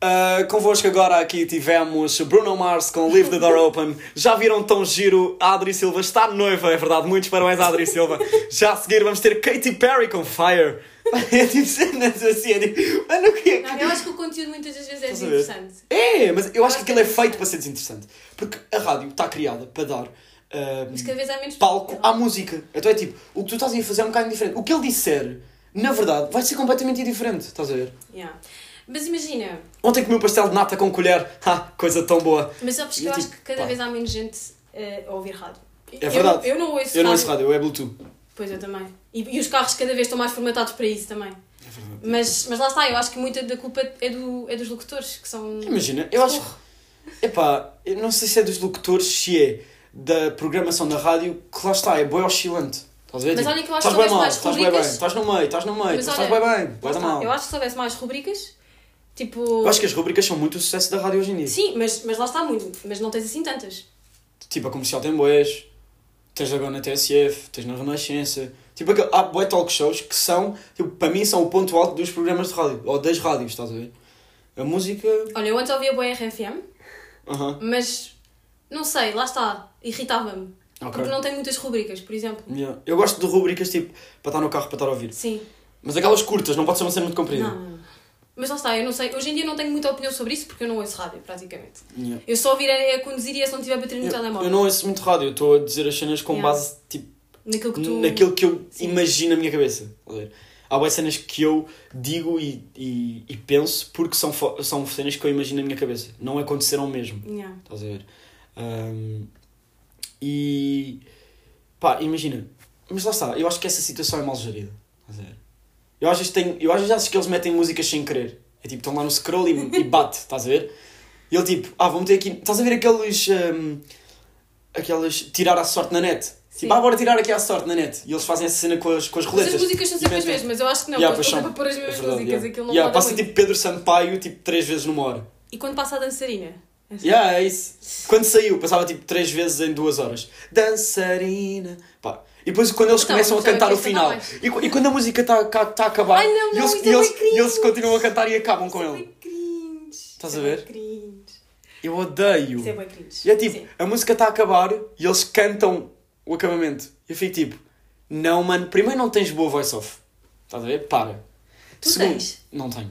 ah, convosco agora aqui tivemos Bruno Mars com Leave the Door Open. Já viram tão giro? A Adri Silva está noiva, é verdade. Muitos parabéns à Adri Silva. Já a seguir vamos ter Katy Perry com Fire. É tipo cenas assim, é tipo, mano, o que é
Não,
que.
eu acho que o conteúdo muitas das vezes é
Estás a ver?
desinteressante.
É, mas eu acho que aquilo é feito para ser desinteressante. Porque a rádio está criada para dar ah,
Mas cada vez há menos
palco à música. Então é tipo, o que tu estás a fazer é um bocado diferente. O que ele disser, na verdade, vai ser completamente indiferente. Estás a ver?
Yeah. Mas imagina,
Ontem comi um pastel de nata com colher. Ha, coisa tão boa.
mas sabes que
E
eu
eu
acho que
tipo,
cada
pá.
vez há menos gente eh, a ouvir rádio.
É verdade.
Eu, não- eu não ouço
Eu não
rádio.
ouço rádio, eu é Bluetooth.
Pois eu também. E, e os carros cada vez estão mais formatados para isso também.
É
Mas, mas lá está, eu acho que muita da culpa é, do, é dos locutores, que são.
Imagina, eu acho. Epá, eu não sei se é dos locutores, se é da programação da rádio, que lá está, é boi oscilante. Estás a ver?
Mas
Tipo,
olha que eu acho
estás bué
que talvez
mal,
mais
estás bué bem,
rubricas-
estás no meio, estás no meio,
Mas
tu
olha,
estás bem bem,
Lá
bué da
está,
mal.
Eu acho que se houvesse mais rubricas, tipo.
é Eu acho que as rubricas são muito o sucesso da rádio hoje em dia.
Sim, mas, mas lá está muito. Mas não tens assim tantas.
Tipo, a comercial tem boés, tens agora na TSF, tens na Renascença. Tipo, aquele- há boé talk shows que são, tipo, para mim, são o ponto alto dos programas de rádio, ou das rádios, estás a ver? A música.
Olha, eu antes ouvia boa RFM,
Aham.
mas. Não sei, lá está. Irritava-me.
Ok. Hum.
Porque não tem muitas rubricas, por exemplo.
Yeah. Eu gosto de rubricas tipo para estar no carro para estar a ouvir.
Sim.
Mas aquelas curtas, não pode ser uma cena muito comprida.
Não. Mas lá está, eu não sei. Hoje em dia não tenho muita opinião sobre isso porque eu não ouço rádio, praticamente.
Yeah.
Eu só ouvir é a conduzir e é se não tiver bateria no
Eu,
telemóvel.
eu não ouço muito rádio, eu estou a dizer as cenas com
Yeah.
base tipo,
Naquilo que tu.
naquilo que eu
Sim.
imagino na minha cabeça. Estás a ver? Há boas cenas que eu digo e, e, e penso porque são, fo- são cenas que eu imagino na minha cabeça. Não aconteceram mesmo.
Yeah.
Estás a ver? Ahm, e pá, imagina, mas lá está, eu acho que essa situação é mal gerida. Estás a ver? Eu às vezes, tenho, eu às vezes acho que eles metem músicas sem querer. É tipo, estão lá no scroll e, e bate, estás a ver? E ele tipo, ah, vou meter aqui. Estás a ver aqueles. ahm, aqueles. tirar à sorte na net?
Sim.
Tipo, ah, bora tirar aqui à sorte na net. E eles fazem essa cena com as, com as
Mas
roletas.
as músicas são sempre
E
as
metem-
mesmas, eu acho que não.
Yeah,
quando
pois
estão
são.
para pôr as
É
mesmas
verdade,
músicas,
yeah.
aquilo não
Yeah,
roda
passa
muito.
tipo Pedro Sampaio, tipo, três vezes numa hora.
E quando passa a dançarina? assim.
Yeah, é isso. Quando saiu, passava tipo três vezes em duas horas. Dançarina. Pá. E depois quando eles
Então,
começam a
mas sabe
cantar
que
o
isso
final.
dá mais.
E, qu- e quando a música está tá, tá a acabar.
Ai, não,
e
não,
eles,
isso
e
é
eles,
bem cringe.
e eles continuam a cantar e acabam com
Isso é
ele.
bué cringe. Estás
a ver?
Cringe.
Eu odeio.
Isso é bué cringe.
E é tipo,
Sim.
a música está a acabar e eles cantam o acabamento. E eu fico tipo, não, mano, primeiro não tens boa voice off. Estás a ver? Para.
Tu tens?
Não tenho.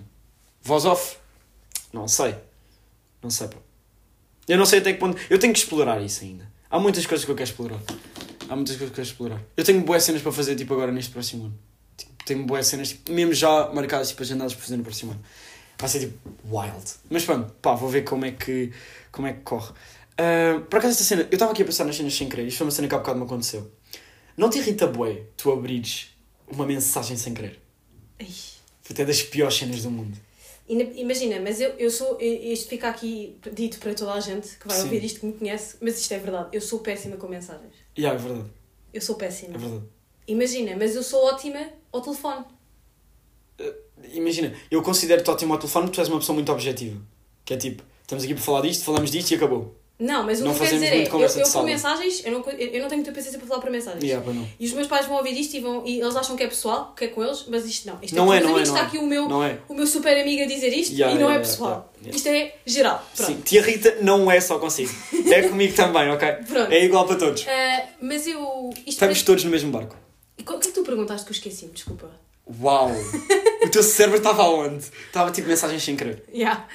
Voz off? Não sei. Não sei, pá. Eu não sei até que ponto. Eu tenho que explorar isso ainda. Há muitas coisas que eu quero explorar. Há muitas coisas que eu quero explorar. Eu tenho boas cenas para fazer, tipo, agora neste próximo ano. Tipo, tenho boas cenas, tipo, mesmo já marcadas, tipo, agendadas para fazer no próximo ano. Vai ser, tipo, wild. Mas pronto, pá, vou ver como é que, como é que corre. Ah, por acaso, esta cena, eu estava aqui a pensar nas cenas sem querer. Isto foi uma cena que há bocado me aconteceu. Não te irrita, bué, tu abrires uma mensagem sem querer?
Ai.
Foi até das piores cenas do mundo.
Ina- Imagina, mas eu, eu sou. e- Isto fica aqui dito para toda a gente que vai
Sim.
ouvir isto, que me conhece, mas isto é verdade. Eu sou péssima com mensagens.
Yeah, é verdade,
Eu sou péssima.
é verdade.
Imagina, mas eu sou ótima ao telefone.
Imagina, eu considero-te ótimo ao telefone porque tu és uma pessoa muito objetiva. Que é tipo, estamos aqui para falar disto, falamos disto e acabou.
Não, mas o
Não
que eu quero
fazemos
dizer é,
muito
eu,
conversa de
eu com
sala.
mensagens, eu não, co- eu eu não tenho muita paciência para falar para mensagens.
Yeah, pá, não.
E os meus pais vão ouvir isto e, vão, e eles acham que é pessoal, que é com eles, mas isto não. Isto
Não
é,
é,
com os
não é,
meus amigos,
não
está
é.
aqui o meu,
Não é.
o meu super amigo a dizer isto
Yeah,
e
yeah,
não é
yeah,
pessoal.
yeah.
Isto é geral. Pronto.
Sim, te irrita não é só consigo. É comigo também, ok?
Pronto.
É igual para todos.
Ah, mas eu. Isto
Estamos
parece...
todos no mesmo barco.
E co- O que é que tu perguntaste que eu esqueci-me? Desculpa.
Uau! O teu cérebro estava aonde? Estava tipo mensagens sem querer.
Yeah.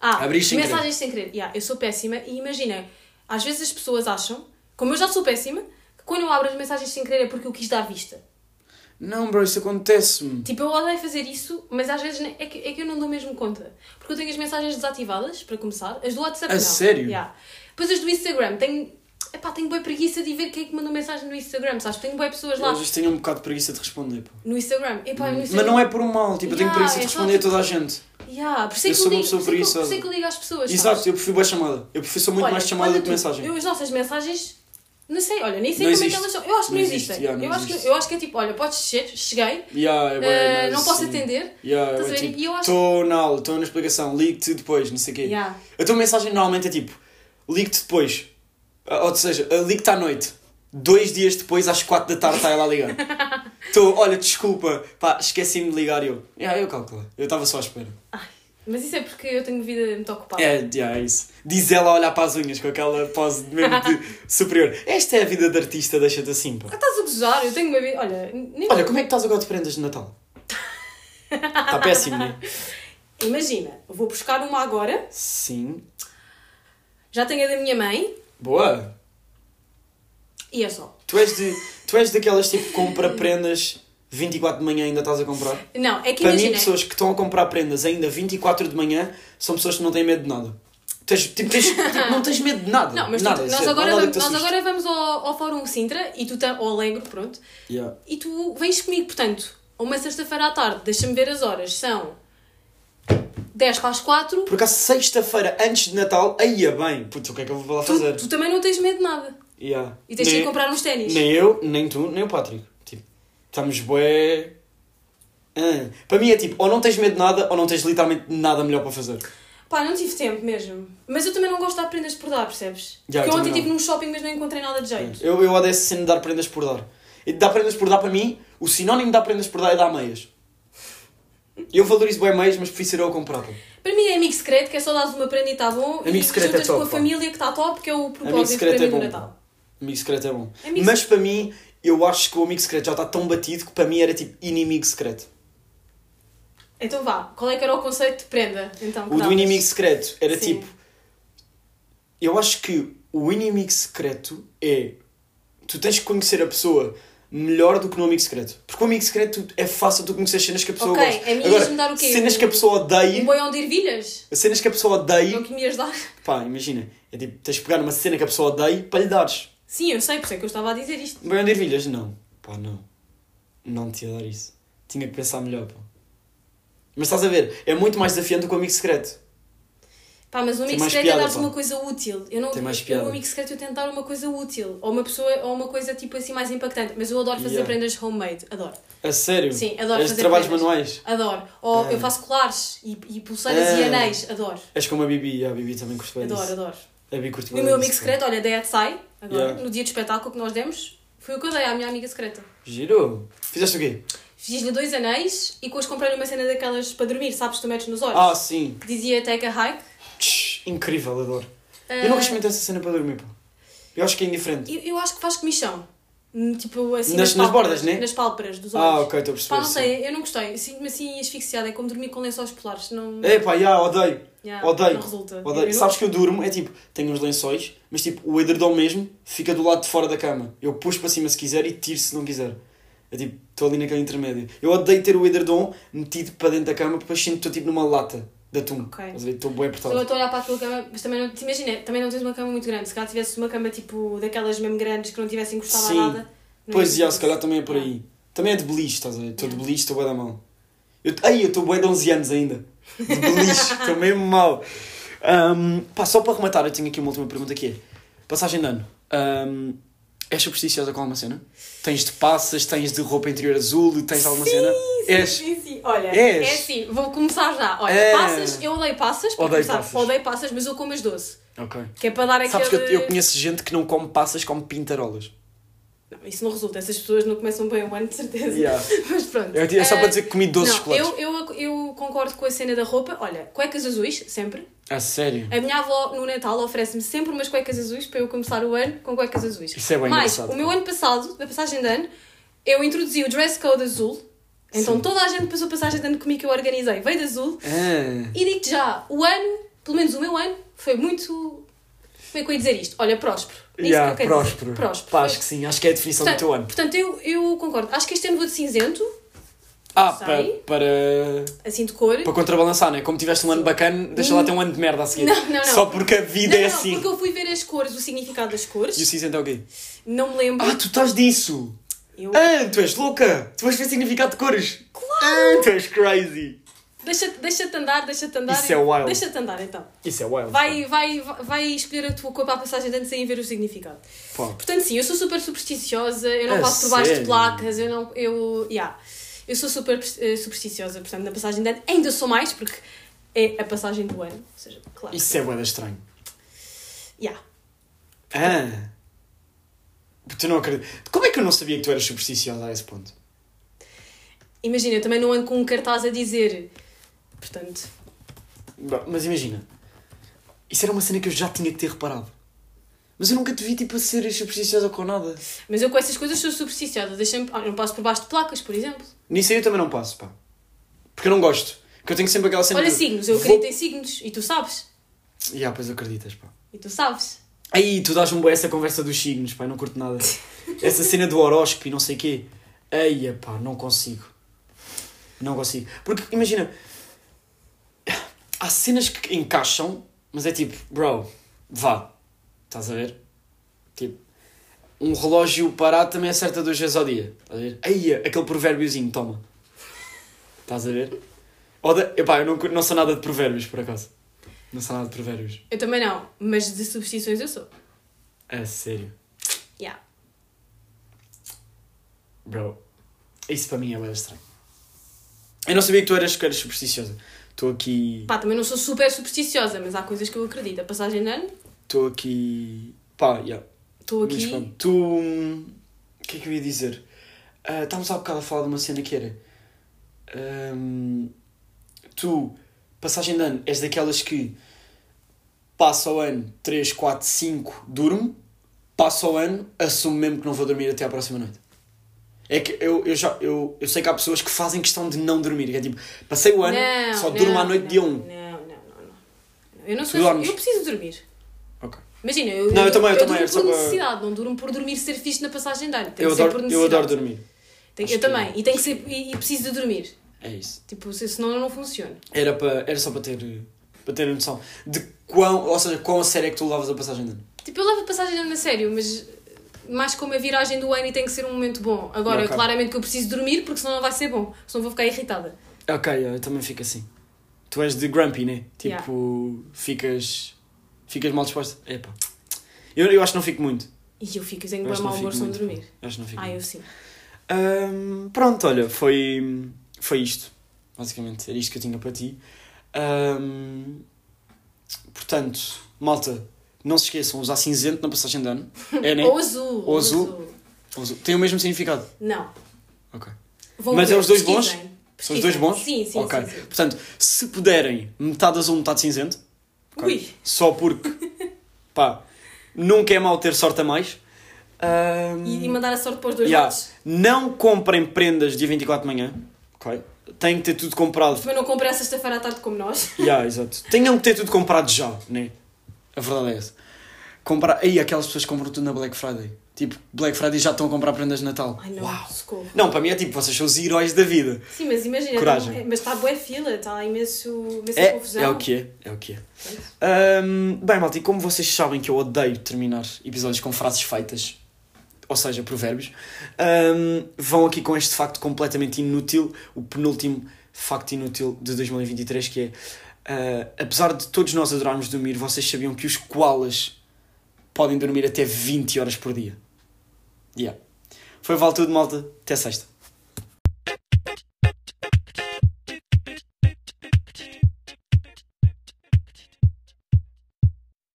Ah,
Abriste sem
mensagens sem querer. Yeah, eu sou péssima e imagina, às vezes as pessoas acham, como eu já sou péssima, que quando eu abro as mensagens sem querer é porque eu quis dar vista.
Não, bro, isso acontece-me.
Tipo, eu odeio fazer isso, mas às vezes ne- é que, é que eu não dou mesmo conta. Porque eu tenho as mensagens desativadas, para começar. As do WhatsApp
A
não.
sério?
Yeah. Depois as do Instagram. Tenho... Epá, tenho boa preguiça de ver quem é que mandou mensagem no Instagram, sabes? Tenho boa pessoas
Eu
lá
às vezes tenho um bocado de preguiça de responder. pá.
no Instagram. Epá, no Instagram.
Mas não é por um mal, tipo, eu tenho
Yeah,
preguiça de
é só
responder a
tipo-
toda a gente.
Yeah, por isso é
Eu
que
sou
eu
uma
ligo-
pessoa
por isso é que eu- por isso
preguiçosa.
é que eu ligo às pessoas. sabes?
Exato, eu prefiro boa chamada. Eu prefiro sou muito
Olha,
mais chamada
olha
do que
tu,
mensagem.
Eu, as nossas mensagens, não sei, olha, nem sei
Não
como é que
existe.
elas são. Eu acho que não,
Não existe,
existem.
yeah, não
eu, acho que,
existe.
eu acho que é tipo, olha, podes descer, cheguei,
Yeah, é bué,
eh,
mas
não posso
sim.
atender.
Yeah,
Estás a
é
ver?
tipo,
E eu acho-
Estou na aula, estou na explicação, ligo-te depois, não sei o quê.
Yeah.
A tua mensagem normalmente é tipo: ligo-te depois. Ah, Ou seja, ah, ligo-te à noite. Dois dias depois, às quatro da tarde, está ela a ligar. Estou, olha, desculpa, pá, esqueci-me de ligar e eu. Yeah, eu calculo. Eu estava só à espera.
Mas isso é porque eu tenho vida muito ocupada.
É, yeah, é isso. Diz ela a olhar para as unhas com aquela pose mesmo de superior. Esta é a vida de artista, deixa-te assim, pá.
Ah, estás a gozar, eu tenho uma vida. Olha, nem
Olha, como é que estás agora de prendas de Natal? Está péssimo, não é?
Imagina, eu vou buscar uma agora,
Sim.
já tenho a da minha mãe
Boa.
e é só.
Tu és, de, tu és daquelas tipo que compra prendas 24 de manhã ainda estás a comprar?
Não, é que
Para mim,
imagina.
pessoas que estão a comprar prendas ainda 24 de manhã são pessoas que não têm medo de nada. Tens, tipo, tens- tipo, não tens medo de nada.
Não, mas tu-
nada, é
nós,
zero.
agora
Não há nada
vamos,
que te
nós
assuste.
agora vamos ao, ao Fórum Sintra e tu tá, ao Alegre, pronto.
Yeah.
E tu vens comigo, portanto, a uma sexta-feira à tarde, deixa-me ver as horas, são 10 para as 4.
Por acaso, sexta-feira antes de Natal, aí é bem. Putz, o que é que eu vou lá
Tu,
fazer?
tu também não tens medo de nada.
Yeah. Né?
E tens de
nem,
ir comprar uns ténis.
Nem eu, nem tu, nem o Patrick. Tipo, estamos bué. Ah, Para mim é tipo, ou não tens medo de nada, ou não tens literalmente nada melhor para fazer.
Pá, não tive tempo mesmo. Mas eu também não gosto de dar prendas por dar, percebes?
Já, eu
Porque eu ontem
também
estive
não.
num shopping, mas não encontrei nada de jeito.
Eu, eu odeio essa cena de dar prendas por dar. E dar prendas por dar para mim, o sinónimo de dar prendas por dar é dar meias. Eu valorizo bem meias, mas prefiro ser eu a comprar. pá.
Para mim é amigo secreto, que é só dares uma prenda e está bom.
Amigo
e
secreto é
juntas
top,
com a
pá.
família que está top, que é o
Amigo
propósito de
secreto
prenda
é
do
bom.
Natal.
Amigo secreto é bom.
Amigo-
Mas para mim, eu acho que o amigo secreto já está tão batido que para mim era tipo inimigo secreto.
Então vá, qual é que era o conceito de prenda? Então, que
O do
davas?
inimigo secreto era
Sim.
tipo. Eu acho que o inimigo secreto é. Tu tens que conhecer a pessoa melhor do que no amigo secreto. Porque o amigo secreto é fácil tu conhecer cenas que a pessoa
Ok,
gosta.
a mim
Agora,
ias-me dar o quê?
cenas que a pessoa
Um
odeia.
boião de ervilhas?
Cenas que a pessoa
Não
odeia.
que me ias dar?
Pá, imagina. É tipo, tens de pegar uma cena que a pessoa odeia para lhe dares. Um
Sim, eu sei, por isso é que eu estava a dizer isto.
Bem de ervilhas? Não. Pá, não. Não te ia dar isso. Tinha que pensar melhor, pá. Mas estás a ver, é muito mais desafiante do que o amigo secreto.
Pá, mas o amigo
mais
secreto
piada,
é dar-te
pá.
uma coisa útil. Eu não,
Tem mais
eu-
piada.
O amigo secreto eu tento dar uma coisa útil. Ou uma pessoa, ou uma coisa tipo assim mais impactante. Mas eu adoro fazer
Yeah.
prendas homemade. Adoro.
A sério?
Sim, adoro
És de
fazer
trabalhos
prendas.
manuais?
Adoro. Ou
Ah.
eu faço colares e, e pulseiras e
Ah.
anéis. Adoro.
És como a Bibi, a Bibi também curte bem
Adoro,
disso.
adoro.
A Bibi curte
E
bem
o meu
disso,
amigo secreto, olha, da Etsai, agora,
Yeah.
no dia do espetáculo que nós demos, foi o que eu dei à minha amiga secreta.
pá. Giro. Fizeste o quê?
Fiz-lhe dois anéis e depois comprei uma cena daquelas para dormir, sabes, tu metes nos olhos.
Ah, sim.
Que Dizia take a hike.
Tch, incrível, adoro.
Ah,
Eu nunca experimentei essa cena para dormir, pá. Eu acho que é indiferente.
eu, eu acho que faz comichão. Hum, Tipo assim.
Nas- nas bordas, né?
Nas pálpebras dos olhos.
Ah, ok, estou a perceber.
Pá, não
sim.
sei, eu não gostei. Eu Sinto-me assim asfixiada, é como dormir com lençóis polares. Não,
É pá, já, odeio.
Yeah,
odeio.
não resulta.
Odeio.
Eu-
Sabes que eu durmo, é tipo, tenho uns lençóis, mas tipo, o edredom mesmo fica do lado de fora da cama. Eu puxo para cima se quiser e tiro se não quiser. É tipo, estou ali naquele intermédio. Eu odeio ter o edredom metido para dentro da cama, porque depois sinto que estou tipo numa lata de atum.
Ok.
Estás a ver? Estou bem
Estou
apertado.
a olhar para a tua cama, mas também não te imagina, também não tens uma cama muito grande. Se calhar tivesse uma cama tipo daquelas mesmo grandes que não tivesse encostado
Sim.
a nada. não
Pois,
ia
já,
ser
se calhar também é por
Yeah.
aí. Também é de beliche, estás a ver? Estou de
Yeah.
beliche, estou bem da mão. Eu, ai, eu estou bem de 11 anos ainda. De beliche, estou mesmo mal. Ahm, pá, só para rematar, eu tenho aqui uma última pergunta que é. Passagem de ano. Ahm, és supersticiosa com alguma cena? Tens de passas, tens de roupa interior azul, tens alguma cena?
Sim,
És?
sim, sim. Olha,
És.
é assim, vou começar já. Olha,
É.
passas, eu odeio passas, para
Odeio
começar,
passas.
odeio passas, mas eu como as doce.
Ok.
Que é para dar aquele.
Sabes que eu, eu conheço gente que não come passas, come pintarolas.
Não, isso não resulta, essas pessoas não começam bem o ano, de certeza.
Yeah.
Mas pronto.
Eu, é só
Ah,
para dizer que comi 12
não,
chocolates.
eu, eu, eu concordo com a cena da roupa. Olha, cuecas azuis, sempre.
A sério?
A minha avó no Natal oferece-me sempre umas cuecas azuis para eu começar o ano com cuecas azuis.
Isso é bem
Mas
engraçado,
o meu
pá.
ano passado, na passagem de ano, eu introduzi o dress code azul. Então
Sim.
toda a gente passou a passagem de ano comigo que eu organizei. Veio de azul.
Ah.
E digo-te já, o ano, pelo menos o meu ano, foi muito. Como é que eu ia dizer isto? Olha, próspero. É isso
Yeah,
que eu quero
próspero.
Dizer. Próspero.
Pá,
Foi-
acho que sim, acho que é a definição do teu ano.
portanto, eu, eu concordo. Acho que este ano vou de cinzento,
Ah, para,
Sei.
para,
assim de cor.
para contrabalançar, né? Como tiveste um ano bacana, deixa lá ter um ano de merda a seguir.
Não, não, não.
Só porque a
não,
vida
não,
é
não,
assim.
porque eu fui ver as cores, o significado das
E o
cores.
cinzento é o quê?
Não me lembro.
Ah, tu estás disso!
Eu-
Ah, tu és louca! Tu vais ver significado de cores! Claro! Ah, tu és crazy!
Deixa- Deixa-te andar, deixa-te andar.
Isso é wild.
Deixa-te andar, então.
Isso é wild.
Vai, vai, vai escolher a tua cor para a passagem de ano sem ver o significado.
Pá.
Portanto, sim, eu sou super supersticiosa, eu não
É
passo por baixo
sério?
de placas, eu não. Eu. Yeah. Eu sou super eh, supersticiosa, portanto, na passagem de ano ainda sou mais, porque é a passagem do ano. Ou seja, claro.
Isso é bué da estranho.
Yeah.
Ah! Tu não acredito. Como é que eu não sabia que tu eras supersticiosa a esse ponto?
Imagina, eu também não ando com um cartaz a dizer. Portanto,
Bom, Mas imagina, isso era uma cena que eu já tinha que ter reparado. Mas eu nunca te vi tipo a ser supersticiosa com nada.
mas eu com essas coisas sou supersticiosa. Deixa-me. Ah, eu não passo por baixo de placas, por exemplo.
Nisso aí eu também não passo, pá. Porque eu não gosto. Porque eu tenho sempre aquela cena.
Olha
de-
signos, eu
vou-
acredito em signos. E tu sabes.
Ya, pois acreditas, pá.
E tu sabes.
Aí, tu dás-me bué essa conversa dos signos, pá, eu não curto nada. Essa cena do horóscopo e não sei o quê. Aí, pá, não consigo. Não consigo. Porque, imagina, há cenas que encaixam, mas é tipo, bro, vá. Estás a ver? Tipo, um relógio parado também acerta duas vezes ao dia. Estás a ver? Aí, aquele provérbiozinho, toma. Estás a ver? Ou da... Epá, eu não, cur- não sou nada de provérbios, por acaso. Não sou nada de provérbios.
Eu também não, mas de superstições eu sou.
É sério.
Yeah.
Bro, isso para mim é bem estranho. Eu não sabia que tu eras, que eras supersticiosa. Estou aqui.
Pá, também não sou super supersticiosa, mas há coisas que eu acredito. A passagem de ano,
Estou aqui. Pá, yeah.
estou
Mas
aqui.
pronto, tu. hum, O que é que eu ia dizer? Ah, estávamos há bocado a falar de uma cena que era. hum, tu, passagem de ano, és daquelas que passa o ano 3, 4, 5, durmo, passa o ano, assumo mesmo que não vou dormir até à próxima noite. É que eu, eu, já, eu, eu sei que há pessoas que fazem questão de não dormir, que é tipo, passei o ano,
Não,
só
não,
durmo à noite
não,
dia 1. Um.
Não, não, não, não. Eu não
Tu
sou.
dormes?
Eu preciso dormir.
Ok.
Imagina, eu,
Não, eu também, eu também, é
durmo
só
por
para-
necessidade, não durmo por dormir ser fixe na passagem de ano. Tem
Eu
que ser por
adoro, eu
necessidade.
adoro dormir.
Tem-
Acho
eu
que-
também, e, tem que ser, e, e preciso de dormir.
É isso.
Tipo, se- senão eu não funciona.
Era, para, era só para ter, para ter a noção de quão, ou seja, quão a sério é que tu levas a passagem de ano.
Tipo, eu levo a passagem de ano a sério, mas mais como a viragem do ano e tem que ser um momento bom. Agora,
Ok.
claramente que eu preciso dormir porque senão não vai ser bom, senão vou ficar irritada.
Ok, eu também fico assim. Tu és de grumpy, né?
Yeah.
Tipo, ficas, ficas mal disposta. Epá. Eu, eu acho que não fico muito.
E eu fico, eu tenho
Eu acho que
bem
não
mau humor se
fico
não
muito.
dormir.
Eu acho que não fico
Ah, eu
muito.
sim.
Ahm, pronto, olha, foi, foi isto. Basicamente, era isto que eu tinha para ti. Ahm, portanto, malta, não se esqueçam, usar cinzento na passagem de ano. É, né?
Ou azul.
Ou azul. Usa- Tem o mesmo significado.
Não.
Ok.
Vão
Mas
ver,
é os dois bons?
pesquisem.
São os dois bons?
Sim, sim,
Ok.
sim, sim.
Portanto, se puderem, metade azul, metade cinzento. Ok?
Ui.
Só porque, pá, nunca é mau ter sorte a mais. Ahm,
E, e mandar a sorte para os dois
yeah.
lados.
Não comprem prendas dia 24 de manhã. Ok? Tem que ter tudo comprado.
Também não comprei a sexta-feira à tarde como nós.
yeah, exato. Tenham que ter tudo comprado já, né? A verdade é essa. Comprar... Aí aquelas pessoas que compram tudo na Black Friday. Tipo, Black Friday já estão a comprar prendas de Natal.
Ai não,
Uau.
socorro.
Não, para mim é tipo, vocês são os heróis da vida.
Sim, mas imagina,
Coragem.
tá- mas está boa fila, está lá imenso, imensa
É,
confusão.
é o que é, é o que é. Ahm, bem, malta, e como vocês sabem que eu odeio terminar episódios com frases feitas, ou seja, provérbios, ahm, vão aqui com este facto completamente inútil, o penúltimo facto inútil de 2023, que é, ah, apesar de todos nós adorarmos dormir, vocês sabiam que os koalas podem dormir até 20 horas por dia? Yeah. Foi vale tudo, malta. Até sexta.